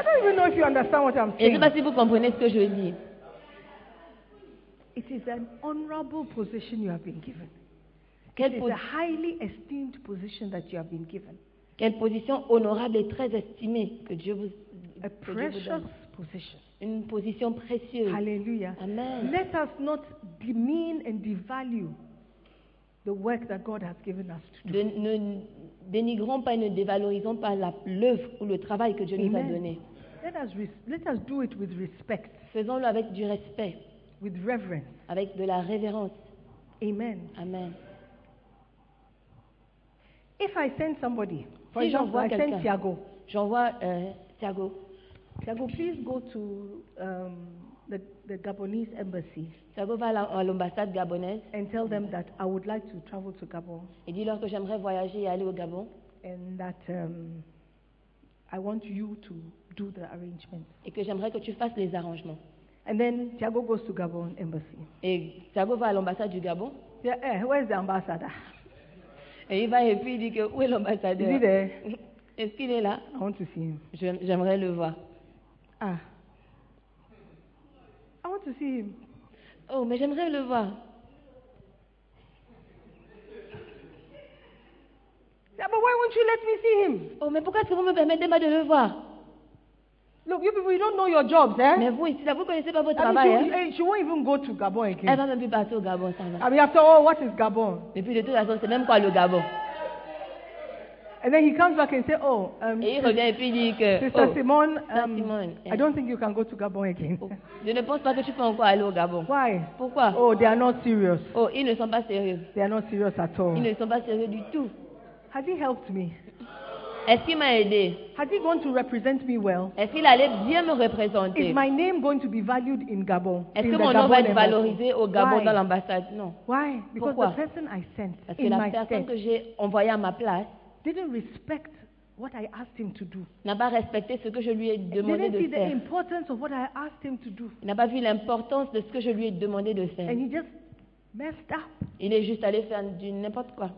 don't even know if you understand what I'm
Et je ne
saying.
sais pas si vous comprenez ce que je dis.
It is an honorable position you have been given.
Quelle,
It
po-
is a highly esteemed position that you have been given.
quelle position honorable et très estimée que Dieu vous,
A
que Dieu vous
precious
donne.
position.
Une position précieuse.
Hallelujah.
Amen.
Let us not demean and devalue the work that God has given us to do.
De- ne dénigrons pas et ne dévalorisons pas la- l'œuvre ou le travail que Dieu nous a
Amen.
donné.
Let us, res- let us do it with respect,
Faisons-le avec du respect,
with reverence.
avec de la révérence.
Amen.
Amen.
If I send somebody, for
Si
example,
j'envoie
I send
quelqu'un.
Tiago.
J'envoie euh, Thiago.
Tiago, please go to um, the, the Gabonese embassy
Thiago va à la- à l'ambassade gabonaise
and tell them that I would like to travel to Gabon
et dis-leur que j'aimerais voyager et aller au Gabon
and that um, I want you to do the arrangements.
et que j'aimerais que tu fasses les arrangements.
And then Tiago goes to Gabon embassy.
Et Thiago va à l'ambassade du Gabon
Yeah, eh, where's the ambassador?
et il va et puis il dit que où est
Is he
l'ambassadeur
there?
Est-ce qu'il est là
I want to see him.
J'aime- J'aimerais le voir.
Ah. I want to see him.
Oh, mais j'aimerais le voir.
Yeah, but why won't you let me see him?
Oh, mais pourquoi est-ce que vous me permettez pas de le voir
Look, you people, you don't know your jobs, eh?
Mais vous, ici, là, vous connaissez pas votre
I mean,
travail.
she,
hein?
eh, she won't even go to Gabon
Elle
again.
va même plus partir au Gabon, ça va.
I mean, after all, what is Gabon?
Et puis de toute façon, c'est même quoi le Gabon
And then he comes back and says, Oh, um,
Et il revient et puis il dit que
Sister
oh,
Simone,
Sister
um,
Simone, eh.
I don't think you can go to Gabon again.
oh, je ne pense pas que tu peux encore aller au Gabon.
Why?
Pourquoi
Oh, they are not serious.
Oh, ils ne sont pas sérieux.
They are not serious at
Ils
all.
ne sont pas sérieux du tout.
Had he helped me?
Est-ce qu'il m'a aidé
Had he gone to represent me well?
Est-ce qu'il allait bien me
Is
représenter
my name going to be valued in Gabon?
Est-ce
In
que
the
mon nom va
Gabon
être
embassy?
valorisé au Gabon
Why?
dans l'ambassade Non.
Why? Because
Pourquoi?
the person I sent
Parce que
in
la
my
personne
stead
que j'ai envoyée à ma place
didn't respect what I asked him to do.
n'a pas respecté ce que je lui ai demandé
didn't see
de
the
faire.
importance of what I asked him to do.
Il n'a pas vu l'importance de ce que je lui ai demandé de faire.
And he just messed up,
Il est juste allé faire du n'importe quoi.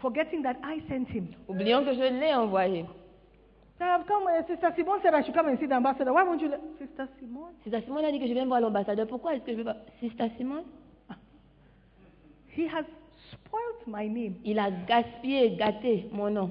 forgetting that I sent him.
Oublions que je l'ai envoyé.
Now I've come, uh, Sister Simone said I should come and see the ambassador. Why won't you let Sister Simone?
Sister Simone a dit que je viens voir l'ambassadeur. Pourquoi est-ce que je vais voir Sister Simone
He has spoilt my name,
Il a gaspillé, gâté mon nom.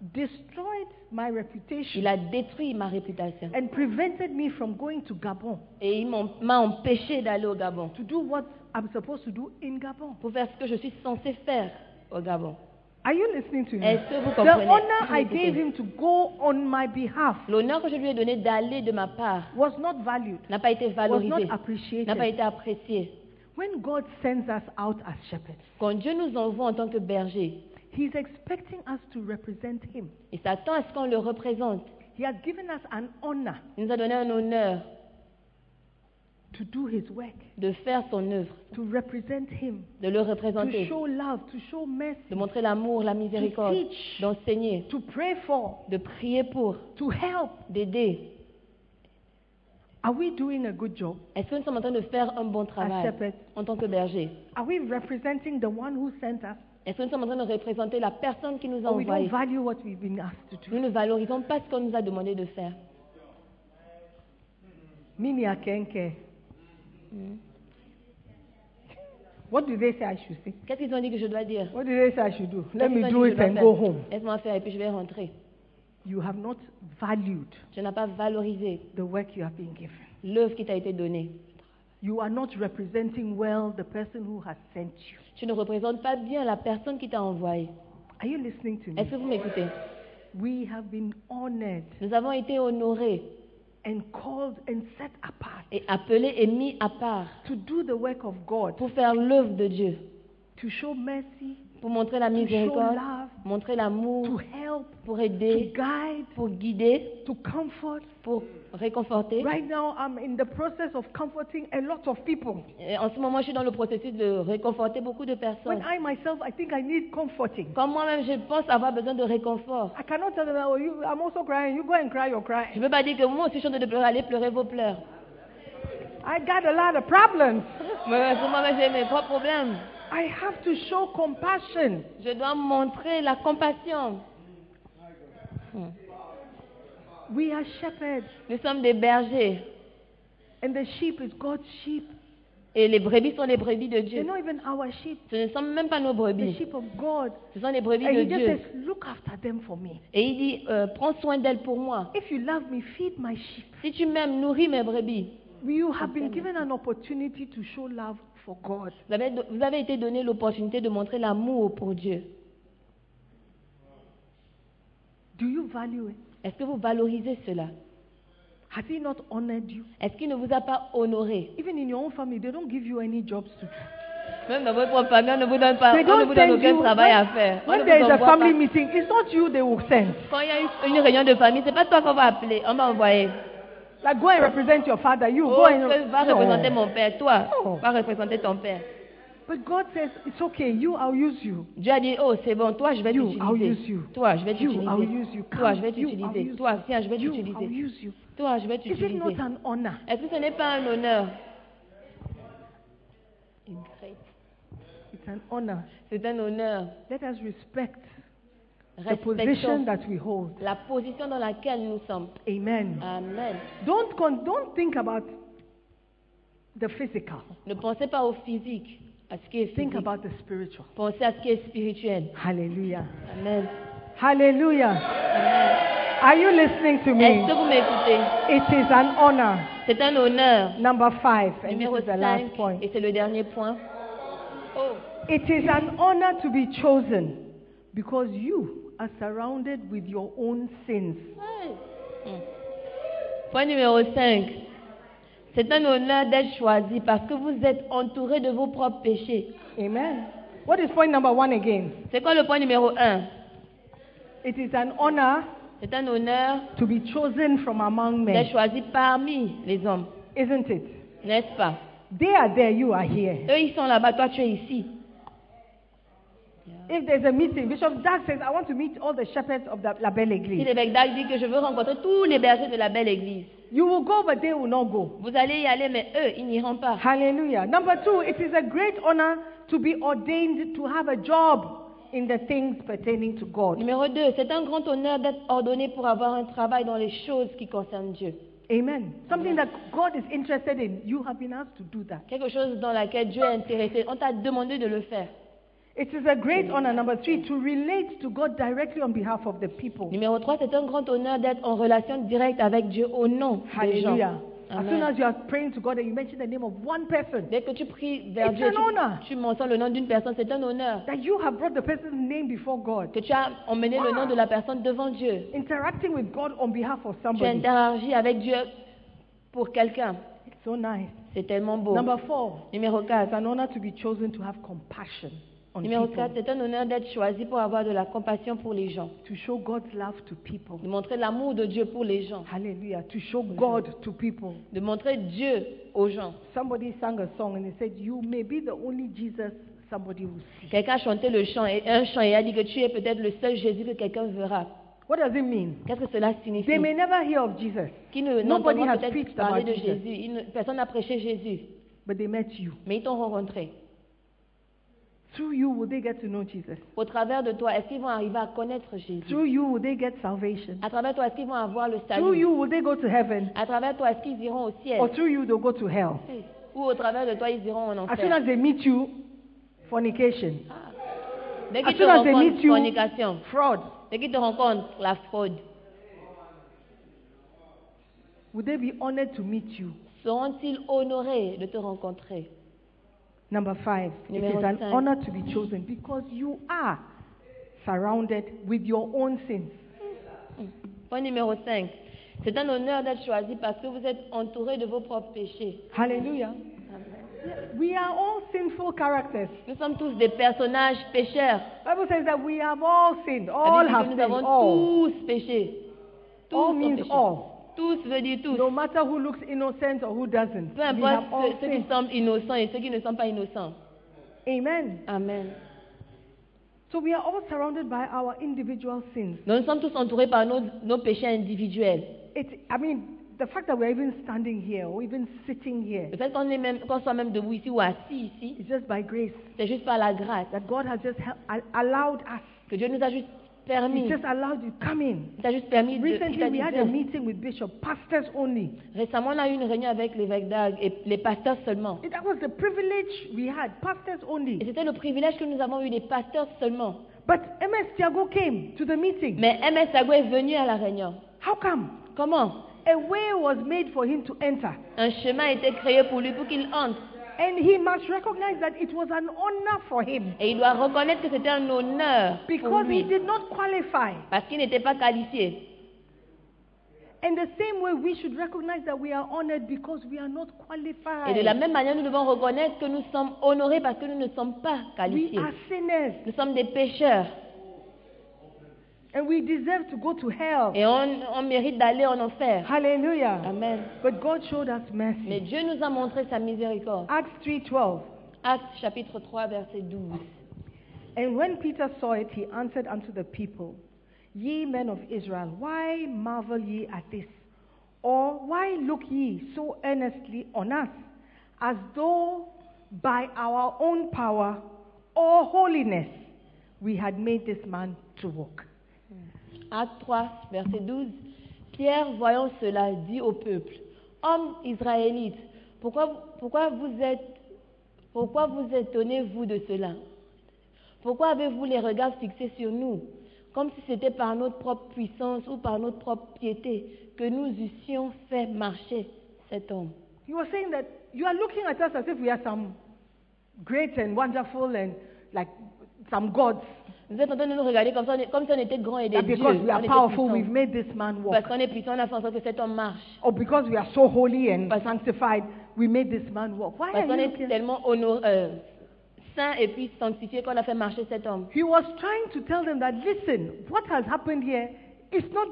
destroyed my reputation,
Il a détruit ma réputation.
and prevented me from going to Gabon
Et il m'en- m'a empêché d'aller au Gabon
to do what I'm supposed to do in Gabon.
pour faire ce que je suis censée faire au Gabon.
Are you listening to me?
Est-ce que vous
The
comprenez
honor I
Écoutez,
gave him to go on my behalf
L'honneur que je lui ai donné d'aller de ma part
was not valued.
n'a pas été
Was
valorisé,
not appreciated.
n'a pas été apprécié.
When God sends us out as shepherds,
Quand Dieu nous envoie en tant que berger,
He's expecting us to represent Him.
il s'attend à ce qu'on le représente.
He has given us an honor.
Il nous a donné un honneur.
to do his work,
de faire son œuvre,
to represent him,
de le
to
représenter,
show love, to show
de
mercy,
montrer l'amour, la miséricorde,
To teach.
d'enseigner,
to pray for,
de prier pour,
to help.
d'aider.
Are we doing a good job?
Est-ce que nous sommes en train de faire un bon travail
shepherd.
en tant que berger
Are we representing the one who sent us?
Est-ce que nous sommes en train de représenter la personne qui nous a
Or Oh, we don't
envoyés
value what we've been asked to
Nous
do.
ne valorisons pas ce qu'on nous a demandé de faire.
Mimi Akenke. What do they say I should say?
Qu'est-ce qu'ils ont dit que je dois dire
What do they say I should do?
Qu'est-ce
Let me
qu'ils ont
do
dit que
it
je dois
and
faire
go home.
Laisse-moi faire et puis je vais rentrer.
You have not valued
Tu n'as pas valorisé
the work you have been given.
l'œuvre qui t'a été donnée.
You are not representing well the person who has sent you.
Tu ne représentes pas bien la personne qui t'a envoyé.
Are you listening to
Est-ce
me?
que vous m'écoutez
We have been honored
Nous avons été honorés
and called and set apart
et appelés et mis à part
to do the work of God,
pour faire l'œuvre de Dieu,
to show mercy,
pour montrer la miséricorde, montrer
to
l'amour,
help,
pour
to
aider,
guide,
pour guider,
to comfort.
pour réconforter.
Right now, I'm in the process of comforting a lot of people.
Et en ce moment, je suis dans le processus de réconforter beaucoup de
When
personnes.
I myself, I think I need comforting.
Comme moi-même, je pense avoir besoin de réconfort.
I cannot tell them, oh, you, I'm also crying. You go and cry your
Je
cry.
ne peux pas dire que moi aussi, je suis en train de pleurer, allez pleurer vos pleurs.
I got a lot of problems.
Mais pour moi-même, j'ai mes propres problèmes.
I have to show compassion.
Je dois montrer la compassion.
We are shepherds,
Nous sommes des bergers
and the sheep is God's sheep.
et les brebis sont les brebis de
They're
Dieu.
not even our sheep.
Ce ne sont même pas nos
The
brebis.
sheep of God.
Ce sont les brebis
And
de
he just
Dieu.
says, look after them for me.
Et il dit, euh, prends soin d'elles pour moi.
If you love me, feed my sheep.
Si tu m'aimes, nourris mes brebis.
You have been given an opportunity to show love for God.
Vous avez, vous avez été donné l'opportunité de montrer l'amour pour Dieu.
Do you value it?
Est-ce que vous valorisez cela
Has He not honored you?
Est-ce qu'il ne vous a pas honoré
Even in your own family, they don't give you any jobs to do.
Même dans votre propre famille, on ne vous donne, pas,
They
on ne vous
don't
donne
send
aucun
you.
travail à faire. On
When
ne
there
vous
is a
envoie pas.
family meeting, it's not you they will send.
Quand il y a une, une réunion de famille, c'est pas toi qu'on va appeler, on va envoyer.
Like go and represent your father. You
Oh,
go and
que va représenter
No.
mon père, toi,
Non.
va représenter ton père.
But God says it's okay. You, I'll use you.
Dieu a dit, oh, c'est bon, toi, je vais
You, I'll use
t'utiliser.
you.
Toi, je vais
You,
t'utiliser.
I'll use you.
Toi, je vais
Come. You, I'll
t'utiliser.
use
Toi,
you.
viens, je vais
You, I'll
t'utiliser.
use you.
Toi, je vais
Is it
t'utiliser.
not an honor?
Est-ce que ce n'est pas un honneur
It's an honor.
C'est un honneur.
Let us respect the position
Respectons
that we hold.
la position dans laquelle nous sommes. Uh,
Amen.
Amen.
Don't con- don't think about the physical.
Ne pensez pas au physique, à ce qui est
Think
physique.
about the spiritual.
Pensez à ce qui est spirituel.
Hallelujah.
Amen.
Hallelujah.
Amen.
Are you listening to
Est-ce
me?
que vous m'écoutez
It is an honor.
C'est un honneur.
Number five, and this
Numéro
is the last
5,
point.
et c'est le dernier point. Oh.
It is an honor to be chosen because you are surrounded with your own sins.
Hmm. Point numéro 5. C'est un honneur d'être choisi parce que vous êtes entouré de vos propres péchés.
Amen. What is point number one again?
C'est quoi le point numéro 1
It is an honor
C'est un honneur
to be chosen from among
d'être
men,
choisi parmi les hommes,
isn't it?
n'est-ce pas
They are there, you are here.
Eux, ils sont là-bas, toi, tu es ici.
If there's a meeting, Bishop Doug says, I want to meet all the shepherds of the Label
Si
Église.
l'évêque d'Arc dit que je veux rencontrer tous les bergers de la belle église,
You will go, but they will not go.
vous allez y aller, mais eux, ils n'iront pas.
Hallelujah. Number two, it is a great honor to be ordained to have a job in the things pertaining to God.
Numéro 2, c'est un grand honneur d'être ordonné pour avoir un travail dans les choses qui concernent Dieu.
Amen. Something that God is interested in. You have been asked to do that.
Quelque chose dans laquelle Dieu est intéressé. On t'a demandé de le faire.
It is a great honor, number three, to relate to God directly on behalf of the people.
Numéro 3, c'est un grand honneur d'être en relation directe avec Dieu au nom des gens.
Hallelujah. As
Amen.
soon as you are praying to God and you mention the name of one person,
Dès que tu pries vers
It's
Dieu,
an honor.
tu, tu mentionnes le nom d'une personne, c'est un honneur.
that you have brought the person's name before God,
Que tu as emmené le nom de la personne devant Dieu.
interacting with God on behalf of
Tu
somebody.
interagis avec Dieu pour quelqu'un.
It's so nice.
C'est tellement beau.
Number four,
Numéro
it's
4,
an honor to be chosen to have compassion. on
Numéro
people,
4, c'est un honneur d'être choisi pour avoir de la compassion pour les gens,
to show God's love to people.
de montrer l'amour de Dieu pour les gens,
Hallelujah. To show God to people.
de montrer Dieu aux gens.
Somebody sang a song and he said, You may be the only Jesus somebody will see.
Quelqu'un a chanté le chant, et- un chant et a dit que tu es peut-être le seul Jésus que quelqu'un verra.
What does it mean?
Qu'est-ce que cela signifie
They may never hear of Jesus,
Qui ne
Nobody
n'entendront
has
peut-être
preached
pas parler de
about Jesus.
Jésus. Ils ne- personne n'a prêché Jésus,
but they met you.
mais ils t'ont rencontré.
Through you will they get to know Jesus.
Au travers de toi, est-ce qu'ils vont arriver à connaître Jésus
Through you will they get salvation.
À travers toi, est-ce qu'ils vont avoir le
Through
salut
you Oh, will they go to heaven.
À travers toi, est-ce qu'ils iront au ciel
Or through you they'll go to hell.
Hey. Ou au travers de toi, ils iront en
As soon
enfer Ah.
as they meet you, fornication.
Dès
As
qu'ils te
soon as they meet
rencontrent,
you,
fornication.
fraud.
Dès qu'ils te rencontrent, la fraude.
Would they be honored to meet you?
Seront-ils honorés de te rencontrer
Number five, it
Numéro
is an
cinq.
honor to be chosen because you are surrounded with your own sins.
Point numéro 5. C'est un honneur d'être choisi parce que vous êtes entouré de vos propres péchés.
Hallelujah. We are all sinful characters.
Nous sommes tous des personnages pécheurs.
Bible says that we have all sinned.
La Bible dit
All have
que nous
sinned.
avons
All.
tous péché. Tous
All
ont
means
péché.
all.
Tous veut dire tous.
No matter who looks innocent or who doesn't.
Peu
We have all
importe ceux, ceux qui
sinned.
sont innocents et ceux qui ne sont pas innocents.
Amen.
Amen.
So we are all surrounded by our individual sins.
Donc nous sommes tous entourés par nos, nos péchés individuels.
It, I mean, the fact that we're even standing here or even sitting here
Le fait qu'on est même- qu'on soit même debout ici ou assis ici,
is just by grace
c'est juste par la grâce
that God has just hel- a- allowed us.
que Dieu nous a juste
He
permis.
just allowed you come in.
Il t'a juste permis de. il t'a dit,
Recently, we had
viens.
a meeting with Bishop, pastors only.
Récemment, on a eu une réunion avec l'évêque d'Ag et les pasteurs seulement.
It- That was the privilege we had, pastors
Et
only.
c'était le privilège que nous avons eu des pasteurs seulement.
But MS Tiago came to the meeting.
Mais MS Sago est venu à la réunion.
How come?
Comment
A way was made for him to enter.
Un chemin a été créé pour lui pour qu'il entre.
And he must recognize that it was an honor for him
Et il doit reconnaître que c'était un honneur pour
because he
lui
did not qualify.
parce qu'il n'était pas qualifié.
And the same way, we should recognize that we are honored because we are not
Et de la
qualified.
même manière, nous devons reconnaître que nous sommes honorés parce que nous ne sommes pas
We
qualifiés.
are sinners
Nous sommes des pécheurs
and we deserve to go to hell.
et on, on mérite d'aller en enfer.
Hallelujah.
Amen.
But God showed us
Mais
mercy.
Dieu nous a montré sa miséricorde.
Acts 3:12.
Actes chapitre 3, verset 12.
And when Peter saw it, he answered unto the people, Ye men of Israel, why marvel ye at this? Or why look ye so earnestly on us, as though by our own power or holiness we had made this man to walk?
Acte 3, verset 12. Pierre, voyant cela, dit au peuple Hommes israélites, pourquoi, pourquoi vous êtes, pourquoi vous étonnez-vous de cela Pourquoi avez-vous les regards fixés sur nous Comme si c'était par notre propre puissance ou par notre propre piété que nous eussions fait marcher cet homme.
He was saying that you are looking at us as if we are some great and wonderful and like some gods.
Vous êtes en train de nous regarder comme si on, est- comme si on était grand et des
That
dieux.
because we
on
are
était
powerful,
puissants.
we've made this man walk.
Parce qu'on est puissant, on a fait en sorte que cet homme marche.
or because we are so holy and
Parce-
sanctified, we made this man walk. Why
Parce qu'on
are you
est
looking?
tellement honor- euh, saint et puis sanctifié qu'on a fait marcher cet homme.
He was trying to tell them that, listen, what has happened here is not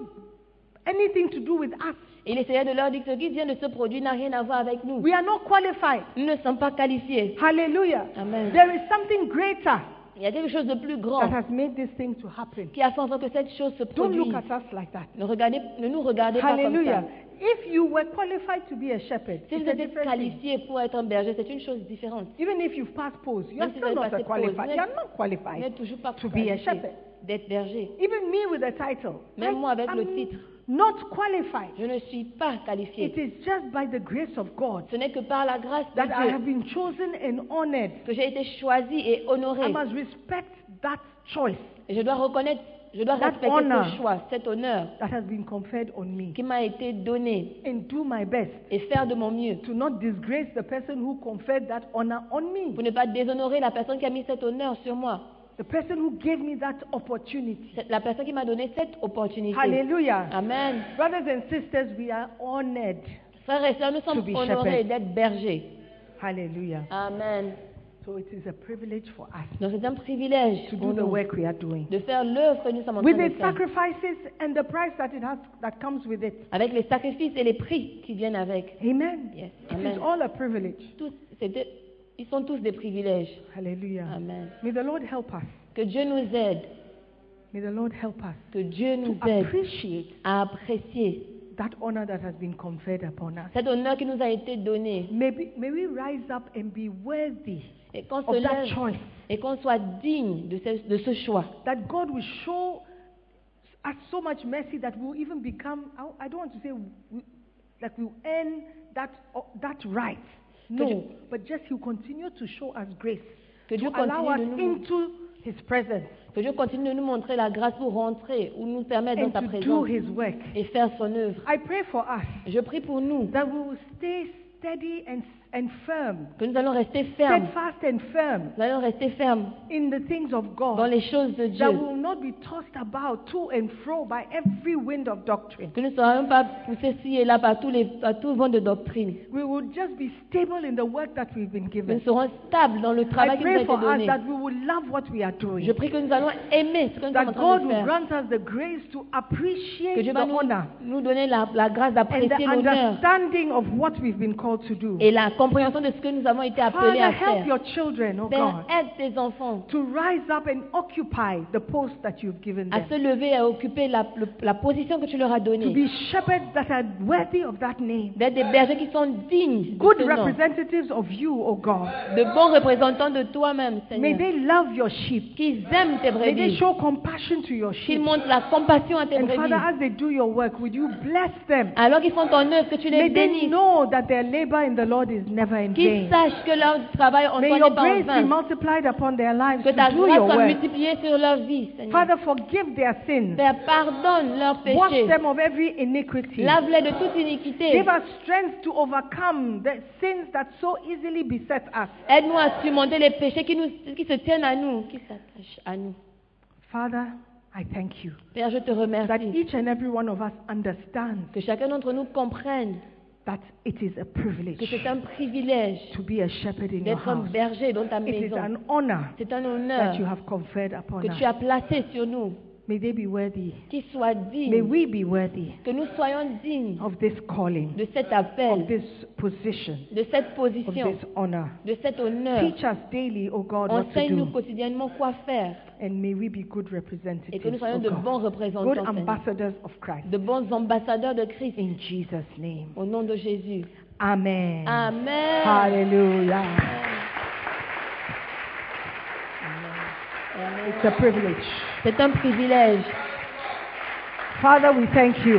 anything to do with us.
Il essayait de leur dire que ce qui vient de ce produit n'a rien à voir avec nous.
We are not qualified.
Nous ne sommes pas qualifiés.
Hallelujah.
Amen.
There is something greater
Il y a quelque chose de plus
that
grand
has made this thing to happen.
qui a fait en sorte que cette chose se
Don't
produise.
look at us like that.
Ne, regardez, ne nous regardez pas
Hallelujah.
comme ça.
If you were qualified to be a shepherd,
Si
it's
vous
a
êtes
different thing.
qualifié pour être un berger, c'est une chose différente.
Even if you've passed post, you are
Même si vous
still
avez
not
passé
a
pause, vous
qualified. You
n'êtes-
are not
vous
qualified.
n'êtes toujours pas
to be a
qualifié
shepherd.
d'être berger.
Even me with a title.
Même moi avec
I'm
le titre.
Not qualified.
Je ne suis pas
It
qualifié.
is just by the grace of God
Ce n'est que par la grâce de
that I have
Dieu
been chosen and honored.
que j'ai été choisi et
I
honoré.
must respect that choice
Et je dois reconnaître, je dois
That
respecter
honor.
ce choix, cet honneur
that has been conferred on me
qui m'a été donné
and do my best
et faire de mon mieux
to not disgrace the person who conferred that honor on me,
pour ne pas déshonorer la personne qui a mis cet honneur sur moi,
the person who gave me that opportunity.
C'est la personne qui m'a donné cette opportunité.
Hallelujah.
Amen.
Brothers and sisters, we are honored.
Frères et sœurs, nous
To
sommes
be
honorés
shepherd.
d'être bergers.
Hallelujah.
Amen.
So So it is a privilege for us
Donc c'est un privilège
to
pour
do the
nous
work we are doing.
de faire l'œuvre que nous sommes en train
With
de
the
faire,
sacrifices and the price that it has that comes with it.
avec les sacrifices et les prix qui viennent avec.
Amen.
Yes.
It is
Amen.
all a privilege.
Tous- c'est de- ils sont tous des privilèges.
Hallelujah.
Amen.
May the Lord help us.
Que Dieu nous aide,
May the Lord help us
que Dieu nous
to
aide
appreciate
à apprécier
that honor that has been conferred upon us.
cet honneur qui nous a été donné
May, be- may we rise up and be worthy
et qu'on
of
se
that
lève
choice.
et qu'on soit digne de ce, de ce choix.
That God will show us so much mercy that we'll even become, I, I don't want to say we, like we'll earn that, uh, that right. No,
Dieu-
but just He'll continue to show us grace.
Que
to
Dieu
allow us
continue de nous,
into His presence
que Dieu continue de nous montrer la grâce pour rentrer ou nous permettre dans
and
sa
to do
présence
His work.
et faire son œuvre.
I pray for us
Je prie pour nous
that we will stay steady and, and firm,
que nous allons rester fermes,
steadfast and firm
nous allons rester fermes
in the things of God.
dans les choses de
that
Dieu,
we will not be tossed about to and fro by every wind of doctrine.
que nous ne soyons pas poussés ci et là par tous les par tout vent de doctrine.
We will just be stable in the work that we've been
Nous
given.
serons stables dans le
I
travail qui nous a
pray
été
for us
donné.
that we will love what we are
Je
doing.
prie que nous allons aimer ce que nous sommes en
That
train
God
de
will
faire.
grant us the grace to
Que
appreciate
Dieu
the
va nous,
honor
nous donner la, la grâce
and the
d'apprécier l'honneur
understanding of what we've been called to do.
et la compréhension de ce que nous avons été appelés
Father,
à
help
faire.
your children, oh
Père,
God,
aide tes enfants
to rise up and occupy the post that you've given
à se
them.
lever et à occuper la, le- la position que tu leur as
To
donnée.
be shepherds that are worthy of that name.
D'être des bergers qui sont dignes de,
Good
ce nom.
representatives of you, oh God.
de bons représentants de toi-même,
May
Seigneur.
they love your sheep.
Qu'ils aiment tes
May they
brebis.
show compassion to your
Qu'ils
sheep.
montrent la compassion à tes
And Father,
brebis.
as they do your work, would you bless them?
Alors qu'ils sont en œuvre, que tu les
May they
bénisses.
know that their labor in the Lord is never in
Qu'ils
vain.
sachent que leur travail en
May
toi
your
n'est pas en
grace be
vain.
multiplied upon their lives
Que
to
ta
do
grâce
your
soit
work.
multipliée sur leur vie, Seigneur.
Father, forgive their sins.
Père, pardonne leurs
Wash
péchés.
them of every iniquity.
Lave-les de toute iniquité.
Give us strength to overcome the sins that so easily beset us.
Aide-nous à surmonter les péchés qui, nous, qui se tiennent à nous, qui s'attachent à nous.
Father, I thank you
Père, je te
that
remercie.
each and every one of us understands
Que chacun d'entre nous comprenne
that it is a privilege
que c'est un privilège
to be a shepherd in your
d'être
house.
un berger dans ta
It is
maison.
an honor
C'est un
that you
honneur
have conferred upon
que tu
us.
as placé sur nous.
May they be worthy.
Qu'il soit
May
digne.
we be worthy
Que nous soyons dignes
of this calling,
de cet
of
appel,
this position,
de cette
of
position,
this honor.
de cet honneur.
Teach us daily, O God, what to
Enseigne-nous
do.
quotidiennement quoi faire
And may we be good
et que nous
representatives,
soyons
O
de bons
God. Good
représentants, Seigneur.
ambassadors of Christ.
de bons ambassadeurs de Christ.
In Jesus' name.
Au nom de Jésus.
Amen.
Amen.
Hallelujah.
Amen.
It's a privilege.
C'est un privilège.
Father, we thank you.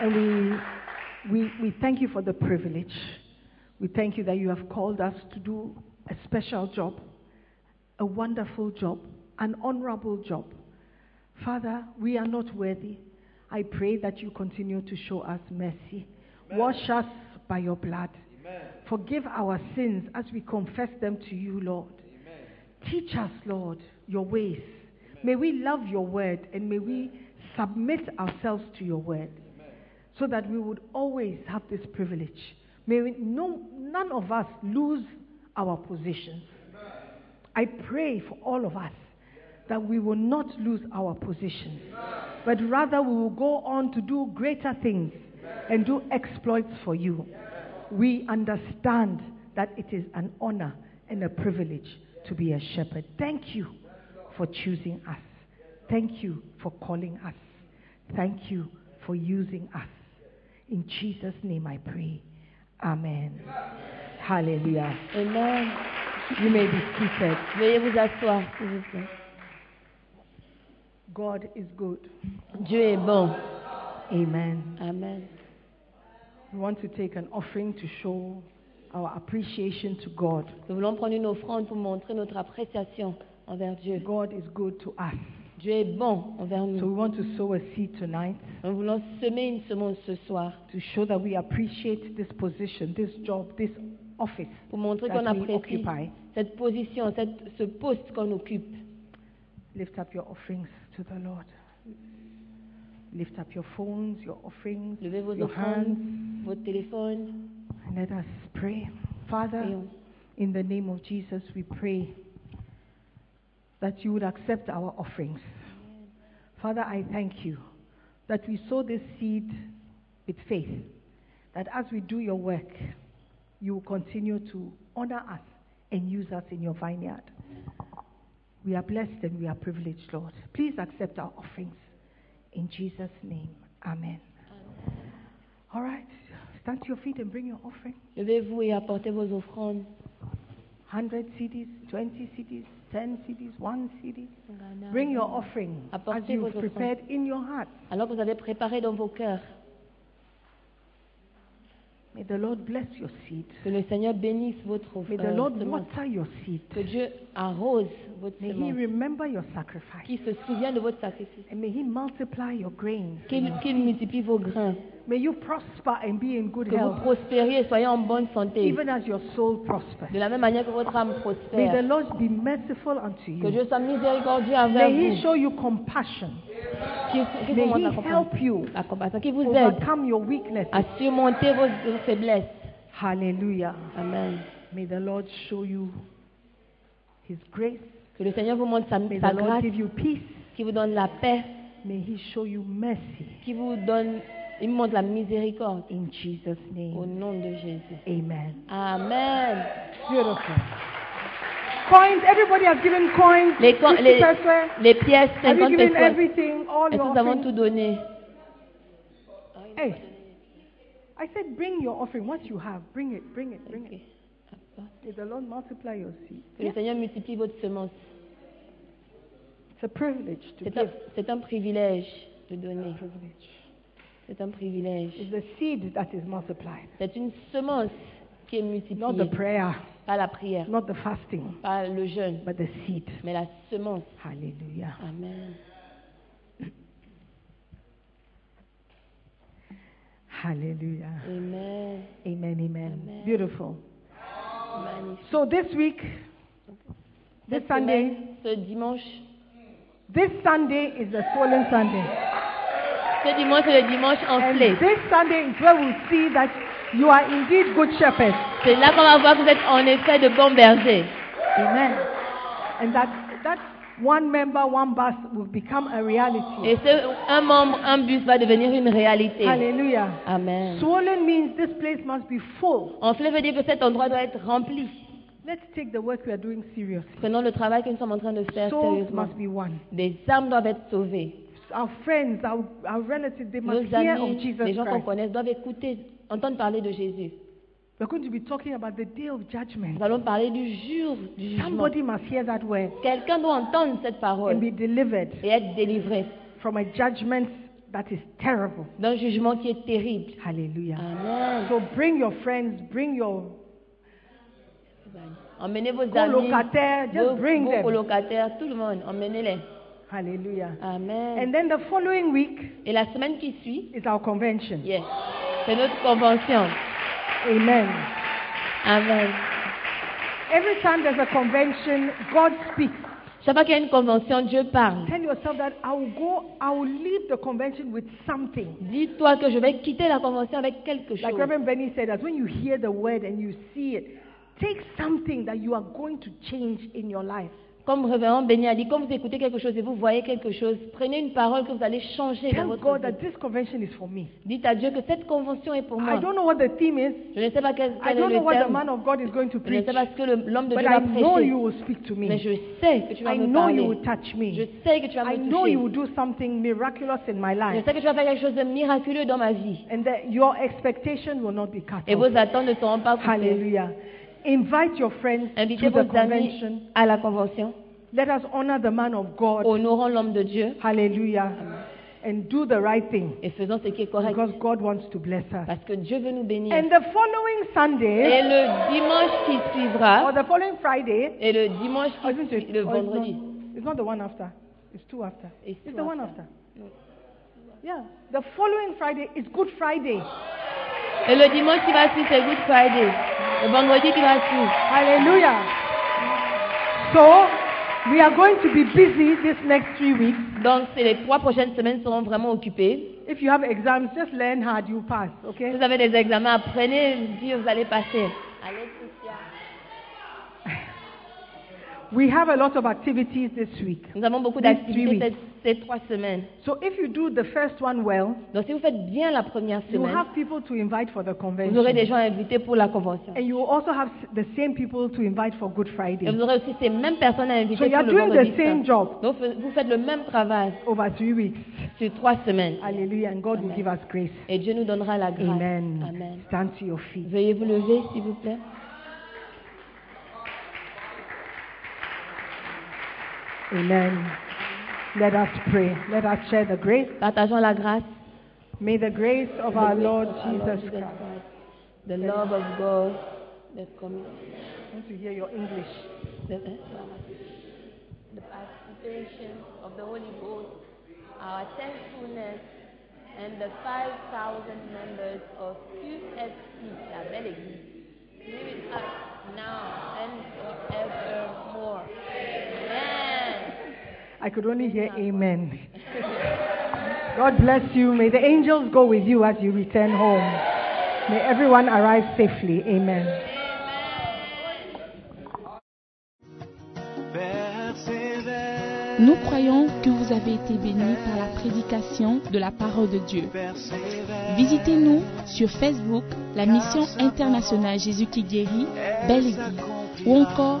And we, we, we thank you for the privilege. We thank you that you have called us to do a special job, a wonderful job, an honorable job. Father, we are not worthy. I pray that you continue to show us mercy. Wash us by your blood. Forgive our sins as we confess them to you, Lord. Teach us, Lord, your ways. May we love your word and may we submit ourselves to your word so that we would always have this privilege. May we, no, none of us lose our positions. I pray for all of us that we will not lose our positions, but rather we will go on to do greater things and do exploits for you. We understand that it is an honor and a privilege to be a shepherd. Thank you for choosing us. Thank you for calling us. Thank you for using us. In Jesus' name I pray. Amen. Hallelujah.
Amen.
You may be seated.
Veuillez vous asseoir, s'il vous plaît.
God is good.
Dieu est bon.
Amen.
Amen.
We want to take an offering to show our appreciation to God.
Nous voulons prendre une offrande pour montrer notre appréciation envers Dieu.
God is good to us.
Dieu est bon envers
So we
nous.
want to sow a seed tonight
Nous voulons semer une semence ce soir
to show that we appreciate this position, this job, this office.
pour montrer qu'on
That we
apprécie
occupy.
cette position, cette- ce poste qu'on occupe.
Lift up your offerings to the Lord. Lift up your phones, your offerings,
Levez vos
your
offrandes,
hands,
votre téléphone.
and let us pray. Father,
Prions.
In the name of Jesus, we pray that you would accept our offerings. Father, I thank you that we sow this seed with faith, that as we do your work, you will continue to honor us and use us in your vineyard. We are blessed and we are privileged, Lord. Please accept our offerings. In Jesus' name, Amen. All right, stand to your feet and bring your offering.
Levez-vous et apportez vos offrandes.
100 CDs, 20 CDs, 10 CDs, 1 CD. Bring your offering as
Apportez
you've
vos
prepared in your heart.
Alors que vous avez préparé dans vos cœurs.
May the Lord bless your seed.
Que le Seigneur bénisse votre
May
euh,
the Lord
semence.
water your seed.
Que Dieu arrose votre
May He
semence.
remember your sacrifice.
Qu'il se souvienne de votre sacrifice.
And may He multiply your grain.
Qu'il qu'il multiplie vos grains.
May you prosper and be in good
Que vous
health,
prospériez et soyez en bonne santé.
even as your soul prospers.
De la même manière que votre âme
May the
prospère.
Lord be merciful unto
Que
you.
Dieu soit miséricordieux envers
May He
vous.
show you compassion.
Qu'il qu'il
May
commence
He
à comprendre.
help you
La compassion. Qu'il vous aide
overcome your weakness.
à surmonter vos, vos faiblesses.
Hallelujah.
Amen.
May the Lord show you His grace.
Que le Seigneur vous montre sa,
May
sa
the Lord
grâce.
give you peace.
Qu'il vous donne la paix.
May He show you mercy.
Qu'il vous donne, il vous montre la miséricorde.
In Jesus'
Au
name.
nom de Jésus.
Amen.
Amen.
Beautiful. Coins, everybody has given coins.
Les, co-
50
les,
pesos.
les pièces,
Have you
50
given
pesos.
everything, all
Est-ce que
your
nous avons tout
offerings?
donné?
Hey, I said bring your offering. What you have, bring it, bring it, bring
Ok.
it. May the Lord multiply your seed.
Que le Seigneur multiplie votre semence.
It's a privilege to
C'est un,
give.
c'est un privilège de donner.
Privilege.
C'est un privilège.
It's the seed that is multiplied,
C'est une semence qui est
not the
multipliée.
prayer,
Pas la prière,
not the fasting,
pas le jeûne,
but the seed.
mais la semence.
Hallelujah.
Amen.
Hallelujah.
Amen.
Amen, amen.
Amen.
Beautiful.
Magnifique.
So this week, this
Cette
Sunday,
semaine, ce dimanche,
this Sunday is the swollen Sunday.
ce dimanche c'est le dimanche
And
enflé.
this Sunday is where we'll see that you are indeed good shepherds.
C'est là qu'on va voir que vous êtes en effet de bons bergers.
Amen. And that, that one member, one bus will become a reality.
Et ce, un membre, un bus va devenir une réalité.
Hallelujah.
Amen.
Swollen means this place must be full.
Enflé veut dire que cet endroit doit être rempli.
Let's take the work we are doing seriously.
Prenons le travail que nous sommes en train de faire
Souls
sérieusement.
must be one.
Des âmes doivent être sauvées.
Our friends, our, our relatives, they
Nos
must hear of
amis,
Jesus
les gens qu'on
Christ.
connaît doivent écouter, entendre parler de Jésus.
We're going to be talking about the day of judgment.
Nous allons parler du jour du jugement.
Somebody must hear that word
Quelqu'un doit entendre cette
and
parole
be delivered
et être délivré
from a judgment that is terrible.
d'un jugement qui est terrible.
Hallelujah.
Amen.
So bring your friends, bring your
Emmenez vos amis,
colocataires,
vos,
just bring
vos
them.
colocataires, tout le monde, emmenez-les.
Hallelujah.
Amen.
And then the following week
Et la semaine qui suit,
is our convention.
yes, c'est notre convention.
Amen.
Amen.
Every time there's a convention, God speaks.
Chaque fois qu'il y a une convention, Dieu parle.
Tell yourself that I will go, I will leave the convention with something.
Dis-toi que je vais quitter la convention avec quelque chose.
Like Reverend Benny said, that when you hear the word and you see it, take something that you are going to change in your life.
Comme Révérend Béni a dit, quand vous écoutez quelque chose et vous voyez quelque chose, prenez une parole que vous allez changer dans
Tell
votre
God
vie.
that this convention is for me.
Dites à Dieu que cette convention est pour
I
moi.
don't know what the theme is.
Je ne sais pas quel,
I
quel est
don't know
le
what the man
thème.
of God is going
Je
to
ne
preach.
sais pas ce que le- l'homme de
But
Dieu
I
va
know
prêcher.
you will speak to
Mais
me.
je sais que tu vas
I
me
know you
parler.
will touch
Je
me.
sais que tu vas
I
me
know you will
toucher.
do something miraculous in my
Je
life.
sais que tu vas faire quelque chose de miraculeux dans ma vie.
And that your expectation will not be cut
Et
off.
vos attentes ne seront pas coupées.
Hallelujah. Invite your friends
Invitez
to
vos
the convention.
amis à la convention.
Let us honor the man of God.
Honorons l'homme de Dieu
Hallelujah. And do the right thing
et faisons ce qui est correct.
because God wants to bless us.
Parce que Dieu veut nous bénir.
And the following
Et
Sunday
le dimanche qui
or
suivra,
the following Friday,
et le dimanche
or
qui
isn't
suit,
it?
le
Or it's,
vendredi.
not, it's not the one after. It's two after.
It's two
the one
after.
after. Yeah. The following Friday is Good Friday.
Et le dimanche qui va suivre, c'est Good Friday. Le vendredi qui va suivre.
Hallelujah. So we are going to be busy this next three weeks.
Donc, c'est les trois prochaines semaines seront vraiment occupées.
If you have exams, just learn hard, you pass,
Si
okay?
vous avez des examens, apprenez, dire vous allez passer. Allez, Christian.
We have a lot of activities this week.
Nous avons beaucoup
These
d'activités
three
cette- ces trois semaines.
So if you do the first one well,
Donc si vous faites bien la première
you will
semaine,
have people to invite for the
vous aurez des
convention.
gens invités pour la convention.
And you will also have s- the same people to invite for Good
Et
Friday
vous aurez aussi ces mêmes personnes à inviter
So you
pour
are
le
doing the
vendredi
same
saint.
job.
Donc vous- vous faites le même travail
over three weeks.
sur trois semaines.
Hallelujah. And God will
Amen.
give us grace.
Et Dieu nous donnera la grâce.
Amen.
Amen.
Stand to your feet.
Veuillez vous lever, s'il vous plaît.
Amen. Let us pray. Let us share the grace.
Partageons la grâce.
May the grace of our
The grace
Lord
of our Lord
Jesus
Jesus
Christ.
Christ, The love of God. The communion.
I want to hear your English.
The, uh, the participation of the Holy Ghost, our thankfulness, and the 5,000 members of QFC, la belle église, be with us now and forevermore. Amen.
I could only hear amen. God bless you. May the angels go with you as you return home. May everyone arrive safely. Amen.
vers ses ailes,
Nous croyons que vous avez été bénis par la prédication de la parole de Dieu.
vers ses ailes.
Visitez-nous sur Facebook, la Mission internationale Jésus qui guérit, Belle Église, ou encore